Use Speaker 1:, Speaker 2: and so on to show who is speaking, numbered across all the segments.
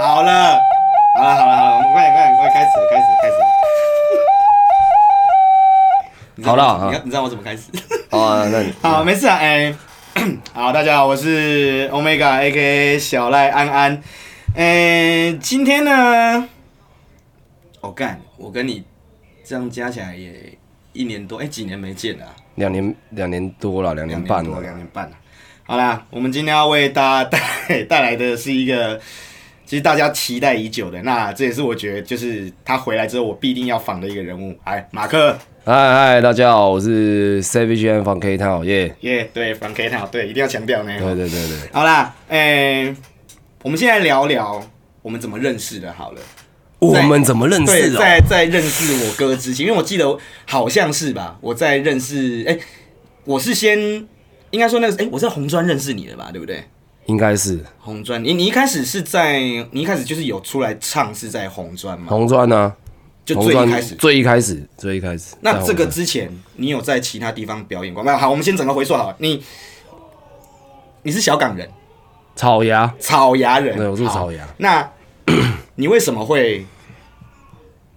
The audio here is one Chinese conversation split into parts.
Speaker 1: 好了，好了，好了，好了，我们快点，快点，快点开始了，开始了，开始了。你知道
Speaker 2: 好了好了
Speaker 1: 你知道你知道我怎么开始？
Speaker 2: 好啊，那你
Speaker 1: 好，没事啊，哎、 好，大家好，我是 Omega A K 小赖安安，哎、今天呢，我、哦干，我跟你这样加起来也一年多，哎、几年没见了啊、
Speaker 2: 两年两年多了，两年半
Speaker 1: 多，
Speaker 2: 了，
Speaker 1: 两年半了。好啦，我们今天要为大家带带来的是一个，其实大家期待已久的，那这也是我觉得就是他回来之后我必定要访的一个人物。哎，马克，
Speaker 2: 嗨嗨，大家好，我是 Savage M 放 K Town，耶、
Speaker 1: 耶、对，Frank K 他对，一定要强调呢。
Speaker 2: 对对对对，
Speaker 1: 好啦，哎、我们现在聊聊我们怎么认识的，好了。
Speaker 2: 我们怎么认
Speaker 1: 对，
Speaker 2: 识哦
Speaker 1: 在
Speaker 2: 的？
Speaker 1: 在认识我哥之前，因为我记得好像是吧，我在认识，哎、我是先应该说那个，哎、我在红砖认识你的吧，对不对？
Speaker 2: 应该是
Speaker 1: 红砖，你你一开始是在你一开始就是有出来唱是在红砖嘛？
Speaker 2: 红砖啊，
Speaker 1: 就
Speaker 2: 红
Speaker 1: 最
Speaker 2: 砖
Speaker 1: 一开始。
Speaker 2: 最一开始最一开始。在
Speaker 1: 那
Speaker 2: 红
Speaker 1: 这个
Speaker 2: 砖
Speaker 1: 之前，你有在其他地方表演过？那好，我们先整个回溯好了。你你是小港人，
Speaker 2: 草芽，
Speaker 1: 草芽人，
Speaker 2: 对，我是
Speaker 1: 好
Speaker 2: 草芽。
Speaker 1: 那 你为什么会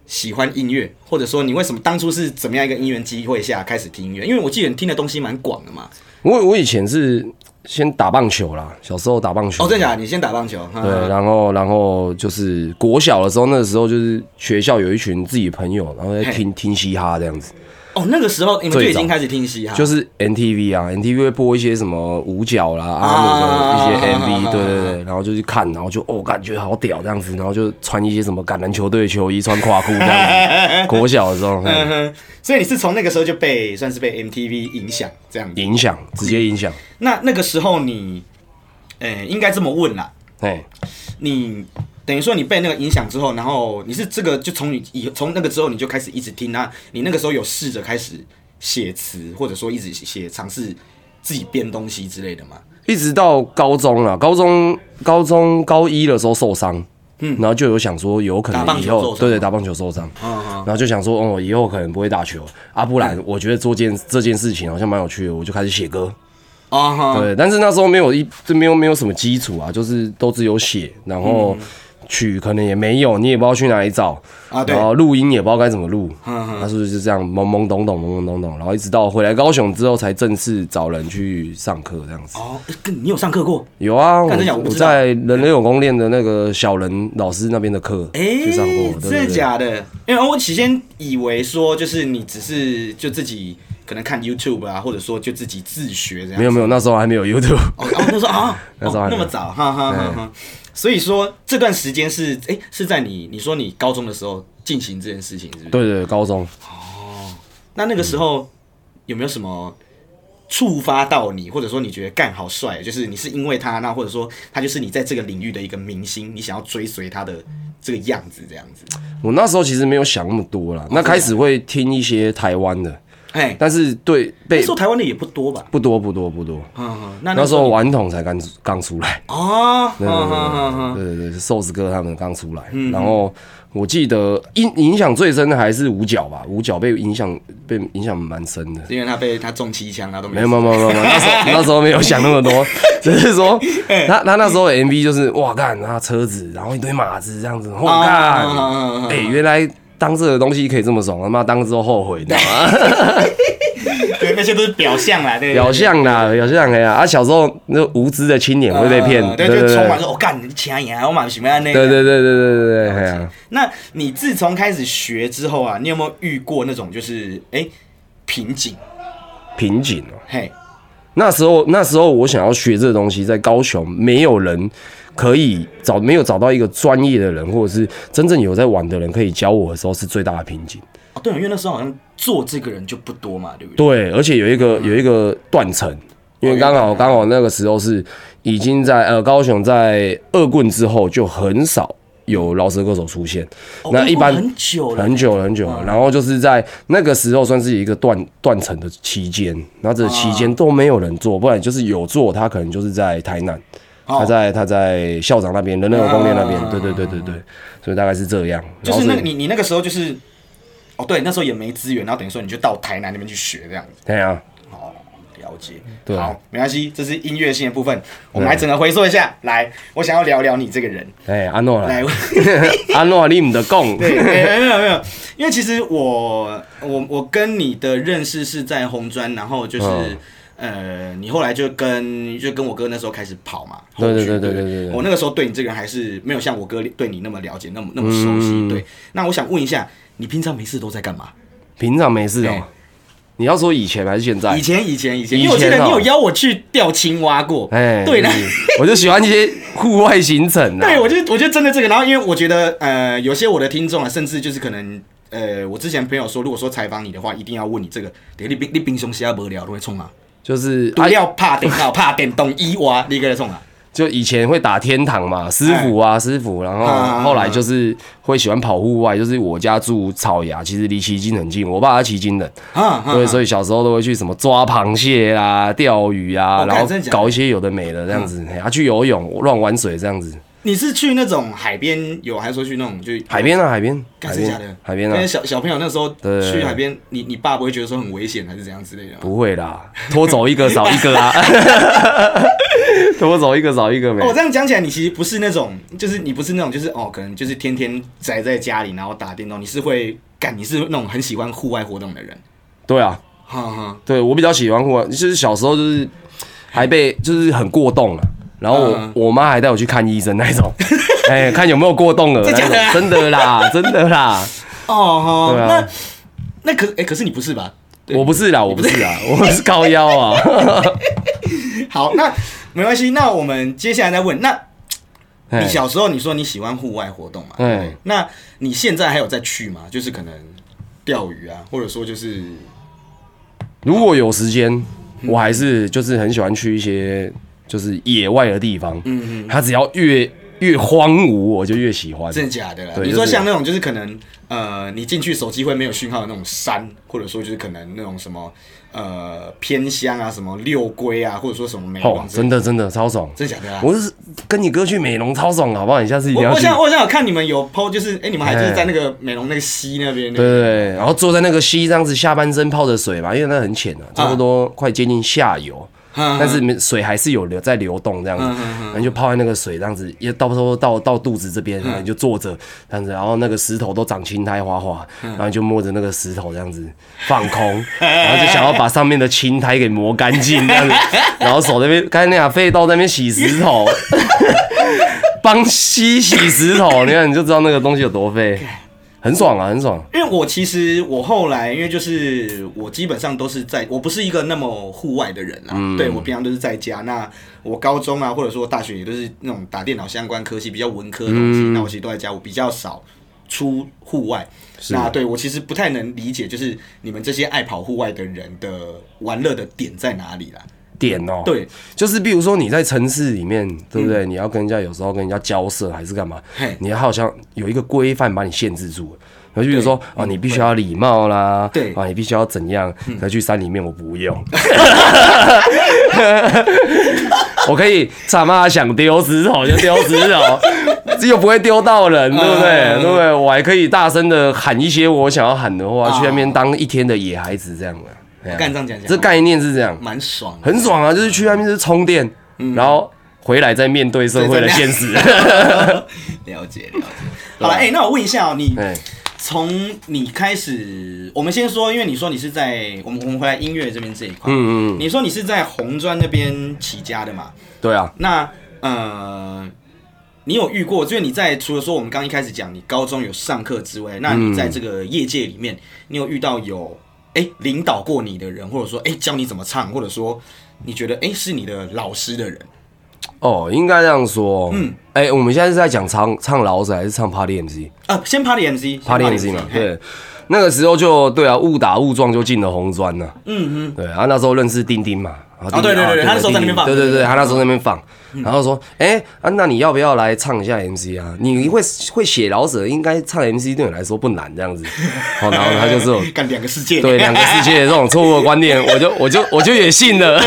Speaker 1: 喜欢音乐，或者说你为什么当初是怎么样一个因缘机会下开始听音乐？因为我记得你听的东西蛮广的嘛。
Speaker 2: 我我以前是先打棒球啦，小时候打棒球。
Speaker 1: 哦，真的啊假的？你先打棒球，哈
Speaker 2: 对，然后然后就是国小的时候，那时候就是学校有一群自己朋友，然后在听听嘻哈这样子，
Speaker 1: 哦，那个时候你们就已
Speaker 2: 最早
Speaker 1: 经开始听嘻哈，
Speaker 2: 就是是 NTV 啊，NTV 会播一些什么五角啦、
Speaker 1: 啊
Speaker 2: 阿姆的
Speaker 1: 啊啊
Speaker 2: 一些
Speaker 1: 啊
Speaker 2: MV，对对对，然后就去看，然后就哦感觉好屌这样子，然后就穿一些什么橄榄球队球衣，穿垮裤这 样子。国小的时候嗯
Speaker 1: 所以你是从那个时候就被算是被 MTV 影响这样子。
Speaker 2: 影响，直接影响，
Speaker 1: 那那个时候你，呃、应该这么问啦，
Speaker 2: 哎，
Speaker 1: 你等于说你被那个影响之后，然后你是这个就从你以从那个之后你就开始一直听啊，你那个时候有试着开始写词，或者说一直写尝试自己编东西之类的吗？
Speaker 2: 一直到高中啦，高中高中高一的时候受伤，嗯，然后就有想说有可
Speaker 1: 打棒
Speaker 2: 能以
Speaker 1: 球受
Speaker 2: 后
Speaker 1: 伤啊
Speaker 2: 对对打棒球受伤，然后就想说哦以后可能不会打球啊，不
Speaker 1: 嗯
Speaker 2: 然我觉得做件这件事情好像蛮有趣的，我就开始写歌，
Speaker 1: 啊哈，
Speaker 2: 对，但是那时候没有一这没有没有什么基础啊，就是都只有写，然后曲可能也没有，你也不知道去哪里找
Speaker 1: 嗯啊对嗯
Speaker 2: 然后录音也不知道该怎么录，那是不是就这样懵懵懂懂懵懵懂懂，然后一直到回来高雄之后才正式找人去上课这样子。
Speaker 1: 哦，跟你有上课过？
Speaker 2: 有啊，我
Speaker 1: 干真假我不知道
Speaker 2: 在人类有功练的那个小人老师那边的课
Speaker 1: 哎、
Speaker 2: 去上
Speaker 1: 真
Speaker 2: 过，对
Speaker 1: 的
Speaker 2: 对对，
Speaker 1: 假的？因为我起先以为说就是你只是就自己可能看 YouTube 啊，或者说就自己自学这样子
Speaker 2: 没有没有，那时候还没有 YouTube，
Speaker 1: 哦，哦，那时候啊，
Speaker 2: 那时候
Speaker 1: 哦
Speaker 2: 还没
Speaker 1: 那
Speaker 2: 有
Speaker 1: 么早，哈哈哈哈。所以说这段时间是，哎、是在你你说你高中的时候进行这件事情，是不是？
Speaker 2: 对对，对高中
Speaker 1: 那那个时候有没有什么触发到你，或者说你觉得干好帅，就是你是因为他，那或者说他就是你在这个领域的一个明星，你想要追随他的这个样子，这样子。
Speaker 2: 我那时候其实没有想那么多啦，那开始会听一些台湾的，
Speaker 1: 哎、
Speaker 2: 但是对
Speaker 1: 那
Speaker 2: 被
Speaker 1: 时候台湾的也不多吧？
Speaker 2: 不多不多不多，
Speaker 1: 嗯嗯，那
Speaker 2: 那时候
Speaker 1: 你
Speaker 2: 顽童才刚刚出来，
Speaker 1: 哦，嗯嗯嗯嗯，
Speaker 2: 对对对，瘦子哥他们刚出来，然后我记得影影响最深的还是五角吧，五角被影响被影响蛮深的。
Speaker 1: 是因为他被他中七枪，他都没
Speaker 2: 没有没有没有没 有，那时候那时候没有想那么多，只是说
Speaker 1: 哎
Speaker 2: 他他那时候的 MV 就是哇干，他车子，然后一堆马子这样子，哇干，
Speaker 1: 啊
Speaker 2: 哎、原来当这个东西可以这么爽，他妈当之后后悔，你知道 吗？
Speaker 1: 对，那些都是表象啦，对，对对
Speaker 2: 表象啦，表象哎呀，啊小时候那无知的青年会被骗
Speaker 1: 呃，
Speaker 2: 对
Speaker 1: 对，就
Speaker 2: 对对，
Speaker 1: 充
Speaker 2: 对
Speaker 1: 满说，我干，你钱也我买什么样那？
Speaker 2: 对对对对对对，哎呀，
Speaker 1: 那你自从开始学之后啊，你有没有遇过那种就是哎、瓶颈？
Speaker 2: 瓶颈哦。
Speaker 1: 嘿，
Speaker 2: 那时候，那时候我想要学这个东西，在高雄没有人可以找，没有找到一个专业的人，或者是真正有在玩的人可以教我的时候，是最大的瓶颈。
Speaker 1: 哦对，因为那时候好像做这个人就不多嘛，对不对？
Speaker 2: 对，而且有一个有一个断层，因为刚好刚好那个时候是已经在呃高雄在恶棍之后就很少有饶舌歌手出现，
Speaker 1: 哦
Speaker 2: 那一般
Speaker 1: 很久了，
Speaker 2: 很久了很久
Speaker 1: 嗯
Speaker 2: 了，然后就是在那个时候算是一个断断层的期间，然后这期
Speaker 1: 嗯
Speaker 2: 间都没有人做，不然就是有做，他可能就是在台南，
Speaker 1: 哦
Speaker 2: 他在他在校长那边，人人有功练那边
Speaker 1: 啊，
Speaker 2: 对对对对对，所以大概是这样。然
Speaker 1: 就
Speaker 2: 后
Speaker 1: 是那个你你那个时候就是，哦对，那时候也没资源，然后等于说你就到台南那边去学这样子。
Speaker 2: 对啊，
Speaker 1: 哦，了解。
Speaker 2: 对
Speaker 1: 好，没关系，这是音乐性的部分，我们来整个回溯一下。来，我想要聊聊你这个人。
Speaker 2: 哎，安诺啦，
Speaker 1: 来， 我
Speaker 2: 安诺你唔得讲，
Speaker 1: 对，没有没有没有，因为其实我我我跟你的认识是在红砖，然后就是、
Speaker 2: 嗯
Speaker 1: 呃，你后来就跟就跟我哥那时候开始跑嘛，
Speaker 2: 对对
Speaker 1: 后续
Speaker 2: 对对
Speaker 1: 不
Speaker 2: 对对对
Speaker 1: 我那个时候对你这个人还是没有像我哥对你那么了解，那么那么熟悉。
Speaker 2: 嗯
Speaker 1: 对，那我想问一下，你平常没事都在干嘛？
Speaker 2: 平常没事哦
Speaker 1: 哎。
Speaker 2: 你要说以前还是现在
Speaker 1: 以？前以前以前，
Speaker 2: 哎
Speaker 1: 因
Speaker 2: 以前
Speaker 1: 为我记得
Speaker 2: 哦
Speaker 1: 你有邀我去钓青蛙过，
Speaker 2: 哎，
Speaker 1: 对那
Speaker 2: 嗯我就喜欢这些户外行程啊。
Speaker 1: 对，我就我就真的这个，然后因为我觉得呃，有些我的听众啊，甚至就是可能呃，我之前朋友说，如果说采访你的话，一定要问你这个，对你冰你冰熊虾无聊都会冲啊，
Speaker 2: 就是
Speaker 1: 不要怕电 脑，怕电动一哇，你个冲啊，
Speaker 2: 就以前会打天堂嘛，师傅啊师傅，然后
Speaker 1: 哎啊
Speaker 2: 后来就是会喜欢跑户外，就是我家住草衙，其实离旗津很近，我爸他旗津人，
Speaker 1: 啊，
Speaker 2: 对，所
Speaker 1: 以
Speaker 2: 以小时候都会去什么抓螃蟹啊、钓鱼
Speaker 1: 哦
Speaker 2: 啊，然
Speaker 1: 干
Speaker 2: 后
Speaker 1: 真的假的嗯
Speaker 2: 搞一些有的没的这样子，嘿啊去游泳、乱玩水这样子，
Speaker 1: 你是去那种海边有，还是说去那种就
Speaker 2: 海？边啊海边，
Speaker 1: 干
Speaker 2: 海
Speaker 1: 是假的
Speaker 2: 边，海边
Speaker 1: 因为
Speaker 2: 啊，
Speaker 1: 小小朋友那时候
Speaker 2: 对对
Speaker 1: 去
Speaker 2: 对
Speaker 1: 海边，你你爸不会觉得说很危险还是怎样之类的吗？
Speaker 2: 不会啦， 拖走一个少一个啊， 拖走一个少一个没
Speaker 1: 哦，，这样讲起来，你其实不是那种，就是你不是那种，就是哦，可能就是天天宅在家里，然后打电动，你是会干，你是那种很喜欢户外活动的人。
Speaker 2: 对啊，
Speaker 1: 哈哈，
Speaker 2: 对我比较喜欢户外，就是小时候就是还被就是很过动了、然后我、
Speaker 1: 嗯
Speaker 2: 我妈还带我去看医生那种， 哎、看有没有过动了，那
Speaker 1: 真假
Speaker 2: 种
Speaker 1: 的啊
Speaker 2: 真的啦，真 的啦，
Speaker 1: 哦哦，
Speaker 2: 对啊
Speaker 1: 那那可哎、可是你不是吧？
Speaker 2: 我不是啦，我不是啦， 我是高腰啊，
Speaker 1: 好，那没关系，那我们接下来再问，那
Speaker 2: 哎
Speaker 1: 你小时候你说你喜欢户外活动嘛？
Speaker 2: 哎
Speaker 1: 那你现在还有再去吗？就是可能钓鱼啊，或者说就是
Speaker 2: 如果有时间，
Speaker 1: 嗯
Speaker 2: 我还是就是很喜欢去一些就是野外的地方，嗯嗯，它只要越越荒芜，我就越喜欢，
Speaker 1: 真的假的啦？
Speaker 2: 对
Speaker 1: 你说
Speaker 2: 就是
Speaker 1: 像那种就是可能呃，你进去手机会没有讯号的那种山，或者说就是可能那种什么呃偏乡啊，什么六龟啊，或者说什么美
Speaker 2: 哦
Speaker 1: 网，，
Speaker 2: 真的真的超爽，
Speaker 1: 真的假的啊？
Speaker 2: 我是跟你哥去美容超爽的，好不好？你下次一定
Speaker 1: 我
Speaker 2: 要
Speaker 1: 我
Speaker 2: 去。
Speaker 1: 想我想有看你们有 PO，就是哎、你们还就是在那个美容那个溪那边，那
Speaker 2: 对
Speaker 1: 个
Speaker 2: 对对，然后坐在那个溪这样子，下半身泡着水嘛，因为那很浅啊，差不多快接近下游，
Speaker 1: 嗯
Speaker 2: 但是没水还是有流在流动这样子，然后你就泡在那个水这样子，也到时候到到肚子这边，然后你就坐着这样子，然后那个石头都长青苔花花，然后你就摸着那个石头这样子放空，然后就想要把上面的青苔给磨干净这样子，然后手那边刚才那俩废到那边洗石头。帮溪洗石头，你看你就知道那个东西有多废，很爽啊，很爽。
Speaker 1: 因为我其实我后来，因为就是我基本上都是在，我不是一个那么户外的人啦，啊
Speaker 2: 嗯
Speaker 1: 对我平常都是在家。那我高中啊，或者说大学也都是那种打电脑相关科系，比较文科的东西。
Speaker 2: 嗯
Speaker 1: 那我其实都在家，我比较少出户外。那对我其实不太能理解，就是你们这些爱跑户外的人的玩乐的点在哪里啦？
Speaker 2: 点哦、
Speaker 1: 对，嗯
Speaker 2: 就是比如说你在城市里面，对不对？你要跟人家有时候跟人家交涉还是干嘛
Speaker 1: 嘿，
Speaker 2: 你好像有一个规范把你限制住了。然后比如说啊，你必须要礼貌啦，
Speaker 1: 嗯对嗯
Speaker 2: 啊，你必须要怎样？可去山里面我 不用， 我可以他妈想丢石头就丢石头，又不会丢到人，对不
Speaker 1: 嗯
Speaker 2: 对？对不对？我还可以大声的喊一些我想要喊的话，去那边当一天的野孩子这样的。哎呀
Speaker 1: 啊干啊这样讲讲，
Speaker 2: 这概念是这样，
Speaker 1: 蛮爽的，
Speaker 2: 很爽啊，就是去外面就是充电，
Speaker 1: 嗯
Speaker 2: 然后回来再面对社会的现实。 啊
Speaker 1: 了解了解。好了，哎、那我问一下哦、你
Speaker 2: 哎，
Speaker 1: 从你开始，我们先说，因为你说你是在我们我们回来音乐这边这一块，
Speaker 2: 嗯嗯嗯，
Speaker 1: 你说你是在红砖那边起家的嘛？
Speaker 2: 对啊，
Speaker 1: 那呃，你有遇过，就是你在除了说我们刚一开始讲你高中有上课之外，那你在这个业界里面，你有遇到有哎、领导过你的人，或者说哎、教你怎么唱，或者说你觉得哎、是你的老师的 人，
Speaker 2: 哦，应该这样说。嗯，哎，我们现在是在讲唱唱老子还是唱 Party MC？Party
Speaker 1: 啊，先 Party MC，先
Speaker 2: MC 嘛，对。那个时候就对啊，误打误撞就进了红砖了。嗯嗯，对啊，那时候认识丁丁嘛。啊
Speaker 1: 对对对对他那时候在那边放嗯
Speaker 2: 对对
Speaker 1: 对对
Speaker 2: 对，他那时候在那边放，然后说，哎啊，那你要不要来唱一下 MC 啊？你会会写老舍，应该唱 MC 对你来说不难这样子。好，然后他就说，
Speaker 1: 干两个世界，
Speaker 2: 对两个世界的这种错误的观念，我就我就我就也信了，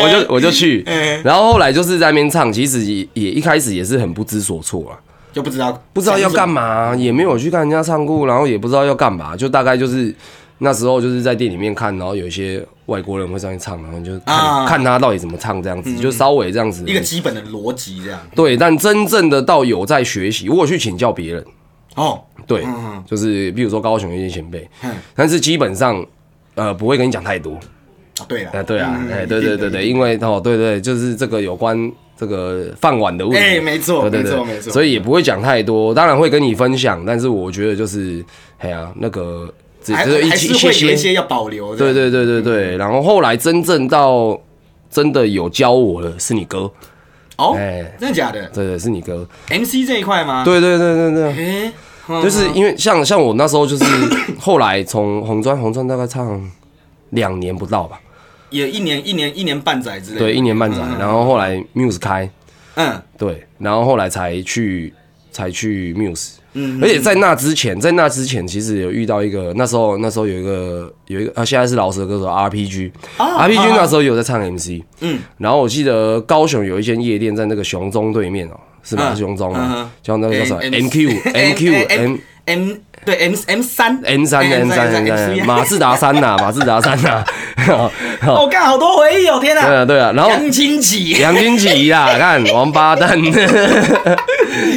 Speaker 2: 我就我就去，
Speaker 1: 嗯
Speaker 2: 然后后来就是在那边唱，其实也也一开始也是很不知所措啊，
Speaker 1: 就不知道
Speaker 2: 不知道要干
Speaker 1: 嘛。
Speaker 2: 嘛，也没有去看人家唱过，然后也不知道要干嘛，就大概就是那时候就是在店里面看，然后有一些外国人会上去唱，然后你就看、
Speaker 1: 啊嗯
Speaker 2: 看他到底怎么唱这样子，就稍微这样子
Speaker 1: 一。个基本的逻辑这样。
Speaker 2: 对，但真正的到有在学习，我有去请教别人，
Speaker 1: 哦，
Speaker 2: 对，
Speaker 1: 嗯
Speaker 2: 就是比如说高雄有一些前辈
Speaker 1: 嗯，
Speaker 2: 但是基本上呃不会跟你讲太多。
Speaker 1: 啊对了，
Speaker 2: 啊，对啊，
Speaker 1: 嗯
Speaker 2: 哎，对对对对，，因为哦，对对，就是这个有关这个饭碗的问题，
Speaker 1: 哎没错
Speaker 2: 对对对
Speaker 1: 没错没错
Speaker 2: 所以也不会讲太多，当然会跟你分享，但是我觉得就是，哎呀，那个只
Speaker 1: 一定还
Speaker 2: 只有一
Speaker 1: 还
Speaker 2: 些
Speaker 1: 是会有
Speaker 2: 些
Speaker 1: 一些嗯要保留
Speaker 2: 对
Speaker 1: 的。
Speaker 2: 对对对对，然后后来真正到真的有教我的是你哥，
Speaker 1: 哦
Speaker 2: 哎，
Speaker 1: 真的假的
Speaker 2: 对对，是你哥，
Speaker 1: ？MC 这一块吗？
Speaker 2: 对对对对对，
Speaker 1: 哎，嗯
Speaker 2: 就是因为像像我那时候就是 后来从红砖红砖大概唱两年不到吧，
Speaker 1: 也一年一年一年嗯半载之类的。
Speaker 2: 对，一年半载，然后后来 Muse 开，
Speaker 1: 嗯，
Speaker 2: 对，然后后来才去才去 Muse，
Speaker 1: 嗯
Speaker 2: 而且在那之前，在那之前其实有遇到一个，那时候那时候有一个有一个啊，现在是老舌歌手 RPG，RPG、
Speaker 1: 啊
Speaker 2: RPG
Speaker 1: 啊
Speaker 2: 那时候有在唱 MC，
Speaker 1: 嗯，
Speaker 2: 然后我记得高雄有一间夜店在那个雄中对面哦，是吧？
Speaker 1: 嗯
Speaker 2: 雄中
Speaker 1: 嗯
Speaker 2: 啊
Speaker 1: 哼，
Speaker 2: 叫那个叫什么
Speaker 1: M- 哎
Speaker 2: MQ MQ M
Speaker 1: M M 对 M M 三啊
Speaker 2: M 三 M 三 M 三马自达三呐，马自达三呐， 哦
Speaker 1: 我干好多回忆哦，天
Speaker 2: 对
Speaker 1: 哪！
Speaker 2: 啊对啊，然后
Speaker 1: 杨清 奇，
Speaker 2: 梁金奇啦，看王 八蛋，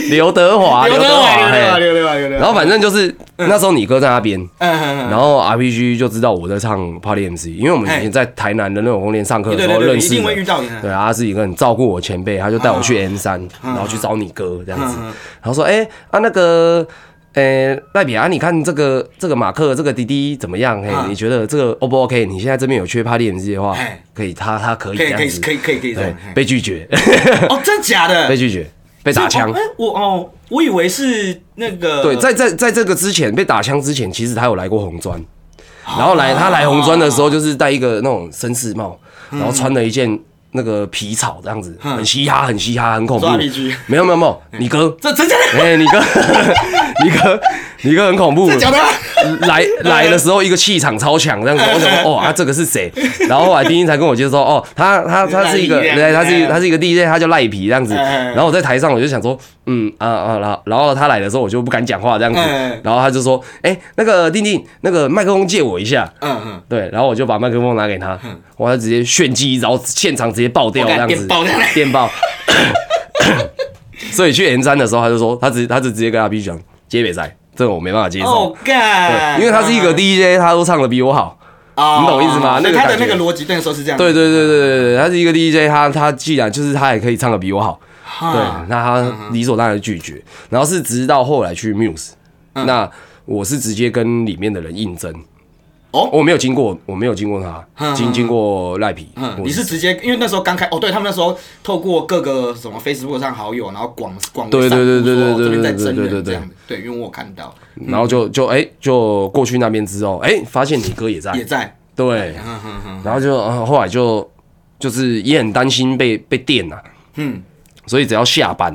Speaker 2: 刘德华，
Speaker 1: 刘德华，刘德华，
Speaker 2: 嘿
Speaker 1: 刘德华，刘德华。
Speaker 2: 啊哎然后反正就是那时候你哥在那边，
Speaker 1: 啊嗯嗯嗯
Speaker 2: 然后 RPG 就知道我在唱 Party MC，因为我们以前在台南的那种公店上课的
Speaker 1: 对
Speaker 2: 时
Speaker 1: 对
Speaker 2: 候
Speaker 1: 对，
Speaker 2: 认
Speaker 1: 一
Speaker 2: 识
Speaker 1: 定会遇
Speaker 2: 的。
Speaker 1: 到你的。啊嗯
Speaker 2: 对啊，他是一个很照顾我前辈，他就带我去 M 三，然后去找你哥这样子，然后说，哎、啊那个，呃、赖比啊，你看这个这个马克这个滴滴怎么样？嘿、
Speaker 1: 嗯
Speaker 2: 你觉得这个 O 不 OK？你现在这边有缺 Party MC 的话
Speaker 1: 哎，
Speaker 2: 可以，他他可以
Speaker 1: 可
Speaker 2: 这
Speaker 1: 以
Speaker 2: 样
Speaker 1: 可以
Speaker 2: 子，
Speaker 1: 可以可以可以这
Speaker 2: 对
Speaker 1: 样。，
Speaker 2: 被拒绝，
Speaker 1: 哦，真假
Speaker 2: 被
Speaker 1: 的？
Speaker 2: 拒绝，被打枪
Speaker 1: 哎。，我哦，我以为是那个
Speaker 2: 对，在在在这个之前被打枪之前，其实他有来过红砖，然后来他来红砖的时候，就是戴一个那种绅士帽，然后穿了一件那个皮草这样子，很嘻哈，很嘻哈，很恐怖
Speaker 1: 嗯抓你去。嗯
Speaker 2: 没有没有没有，你哥，
Speaker 1: 这真假的？
Speaker 2: 哎，你哥， 你哥，你哥很恐怖。
Speaker 1: 真假的？
Speaker 2: 来来的时候，一个气场超强，这样子，我想说，哦，啊，这个是谁？然后后来丁丁才跟我介绍，哦，他他他是一个，
Speaker 1: 赖皮啊
Speaker 2: 对，他是一个他是一个 DJ，他叫赖皮这样子。
Speaker 1: 哎
Speaker 2: 然后我在台上我就想说，嗯啊啊，然后然后他来的时候我就不敢讲话这样子
Speaker 1: 哎，
Speaker 2: 然后他就说，哎，那个丁丁，那个麦克风借我一下。
Speaker 1: 嗯嗯，
Speaker 2: 对，然后我就把麦克风拿给他，我他直接炫技，然后现场直接爆掉
Speaker 1: 我
Speaker 2: 这
Speaker 1: 敢
Speaker 2: 样子
Speaker 1: 电爆这样，
Speaker 2: 电爆。 所以去 N 三的时候，他就说，他直他就直接跟阿 B 讲接北赛，这个我没办法接受
Speaker 1: 哦。干，
Speaker 2: 对，因为他是一个 DJ，他都唱的比我好。
Speaker 1: 哦，
Speaker 2: 你懂意思吗
Speaker 1: 所以
Speaker 2: 那个
Speaker 1: 他的
Speaker 2: 感觉
Speaker 1: 那个逻辑那个时候是这样。
Speaker 2: 对对对对对对，他是一个 DJ，他他既然就是他也可以唱的比我好，
Speaker 1: 哈，
Speaker 2: 对，那他理所当然拒绝。然后是直到后来去 Muse，那我是直接跟里面的人应征。
Speaker 1: 哦
Speaker 2: 我没有经过，我没有经过他，
Speaker 1: 嗯
Speaker 2: 经经过赖皮。
Speaker 1: 嗯，
Speaker 2: 我
Speaker 1: 你是直接因为那时候刚开哦，对他们那时候透过各个什么 Facebook 上好友，然后广广为
Speaker 2: 对对对
Speaker 1: 散
Speaker 2: 对
Speaker 1: 布说
Speaker 2: 对对
Speaker 1: 这边在
Speaker 2: 对对
Speaker 1: 真
Speaker 2: 对对
Speaker 1: 人这
Speaker 2: 对
Speaker 1: 样子，对，因为我有看到
Speaker 2: 然后就就哎、就过去那边之后，哎、发现你哥也在，
Speaker 1: 也在，
Speaker 2: 对，
Speaker 1: 嗯嗯嗯，
Speaker 2: 然后就、呃后来就就是也很担心被被电啊，
Speaker 1: 嗯，哎
Speaker 2: 所以只要下班，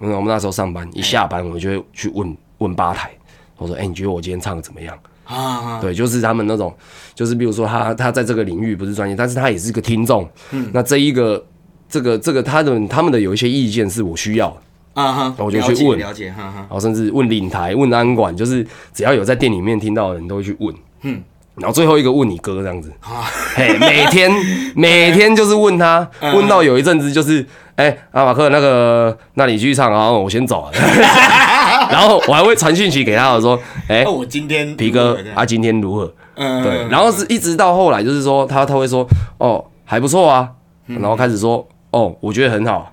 Speaker 2: 嗯，我们那时候上班一下班，我就会去问问吧台，我说，哎、你觉得我今天唱的怎么样？
Speaker 1: 啊啊，
Speaker 2: 对，就是他们那种，就是比如说他他在这个领域不是专业，但是他也是个听众，嗯，那这一个这个这个他的他们的有一些意见是我需要的。
Speaker 1: 啊哈，
Speaker 2: 我就
Speaker 1: 了解
Speaker 2: 去问
Speaker 1: 了解，哈哈，
Speaker 2: 然后甚至问领台、问安管，就是只要有在店里面听到的人都会去问。嗯，然后最后一个问你哥这样子，
Speaker 1: 啊
Speaker 2: 嘿，每 天每天就是问他，
Speaker 1: 嗯
Speaker 2: 问到有一阵子就是，哎，阿马克那个，那你继续唱啊， 我先走了。然后我还会传讯息给他，我说，哎
Speaker 1: 那，我今天
Speaker 2: 皮哥，啊，今天如何？
Speaker 1: 哦嗯，
Speaker 2: 对，然后是一直到后来就是说他他会说，哦，还不错啊，
Speaker 1: 嗯
Speaker 2: 然后开始说，哦，我觉得很好。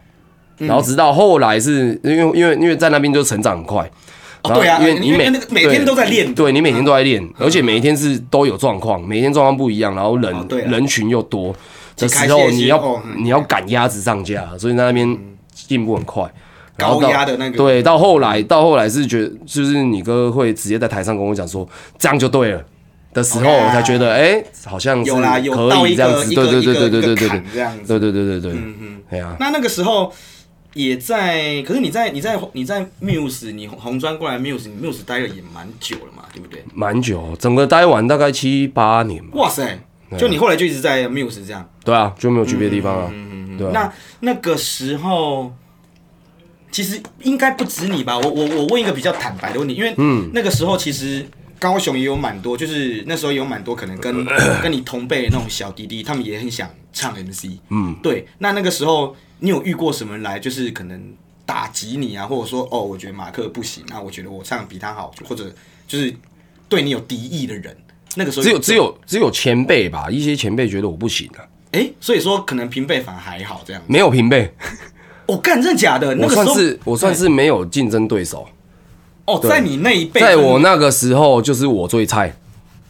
Speaker 2: 然后直到后来是因为因为因为在那边就成长很快，
Speaker 1: 哦
Speaker 2: 然后
Speaker 1: 对啊
Speaker 2: 因为
Speaker 1: 因为
Speaker 2: 你每
Speaker 1: 那个每天都在练嗯
Speaker 2: 对你每天都在练，而且每一天是都有状况，每天状况不一样，然后人
Speaker 1: 哦对啊
Speaker 2: 人群又多的
Speaker 1: 开
Speaker 2: 时候，
Speaker 1: 谢谢
Speaker 2: 你
Speaker 1: 哦
Speaker 2: 要
Speaker 1: 嗯
Speaker 2: 你要赶鸭子上架，所以在那边进步很快。然后
Speaker 1: 高
Speaker 2: 到
Speaker 1: 压的那个
Speaker 2: 对，到后来到后来是觉得，就是你哥会直接在台上跟我讲说，这样就对了。的时候，
Speaker 1: OK 啊
Speaker 2: 我才觉得，哎，好像是
Speaker 1: 有啦有
Speaker 2: 可
Speaker 1: 到
Speaker 2: 以
Speaker 1: 一
Speaker 2: 这样
Speaker 1: 个
Speaker 2: 子，
Speaker 1: 一
Speaker 2: 对
Speaker 1: 个
Speaker 2: 对
Speaker 1: 一
Speaker 2: 对对
Speaker 1: 个一个
Speaker 2: 对对对对
Speaker 1: 坎这样子
Speaker 2: 对对对对对，嗯哎呀，
Speaker 1: 那那个时候也在，可是你在你在你在 Muse，你红红砖过来 Muse，你 Muse 待了也蛮久了嘛，对不对？
Speaker 2: 蛮久，整个待完大概七八年吧。
Speaker 1: 哇塞，就你后来就一直在 Muse 这样。
Speaker 2: 对啊，就没有去别的地方啊，
Speaker 1: 嗯
Speaker 2: 对啊。
Speaker 1: 那那个时候，
Speaker 2: 嗯
Speaker 1: 其实应该不止你吧？我我我问一个比较坦白的问题，因为那个时候其实高雄也有蛮多，就是那时候有蛮多可能 跟跟你同辈的那种小弟弟，他们也很想唱 MC。嗯，对。那那个时候你有遇过什么人来，就是可能打击你啊，或者说哦，我觉得马克不行，啊那我觉得我唱比他好，或者就是对你有敌意的人。那个时候
Speaker 2: 只有只有只有前辈吧，一些前辈觉得我不行啊，
Speaker 1: 哎、所以说可能平辈反而还好这样。
Speaker 2: 没有平辈，
Speaker 1: 我、哦、干，真的假的？那
Speaker 2: 我
Speaker 1: 个时
Speaker 2: 算
Speaker 1: 候
Speaker 2: 是我算是没有竞争对手，
Speaker 1: 哦，在你那一辈，
Speaker 2: 在我那个时候就是我最菜，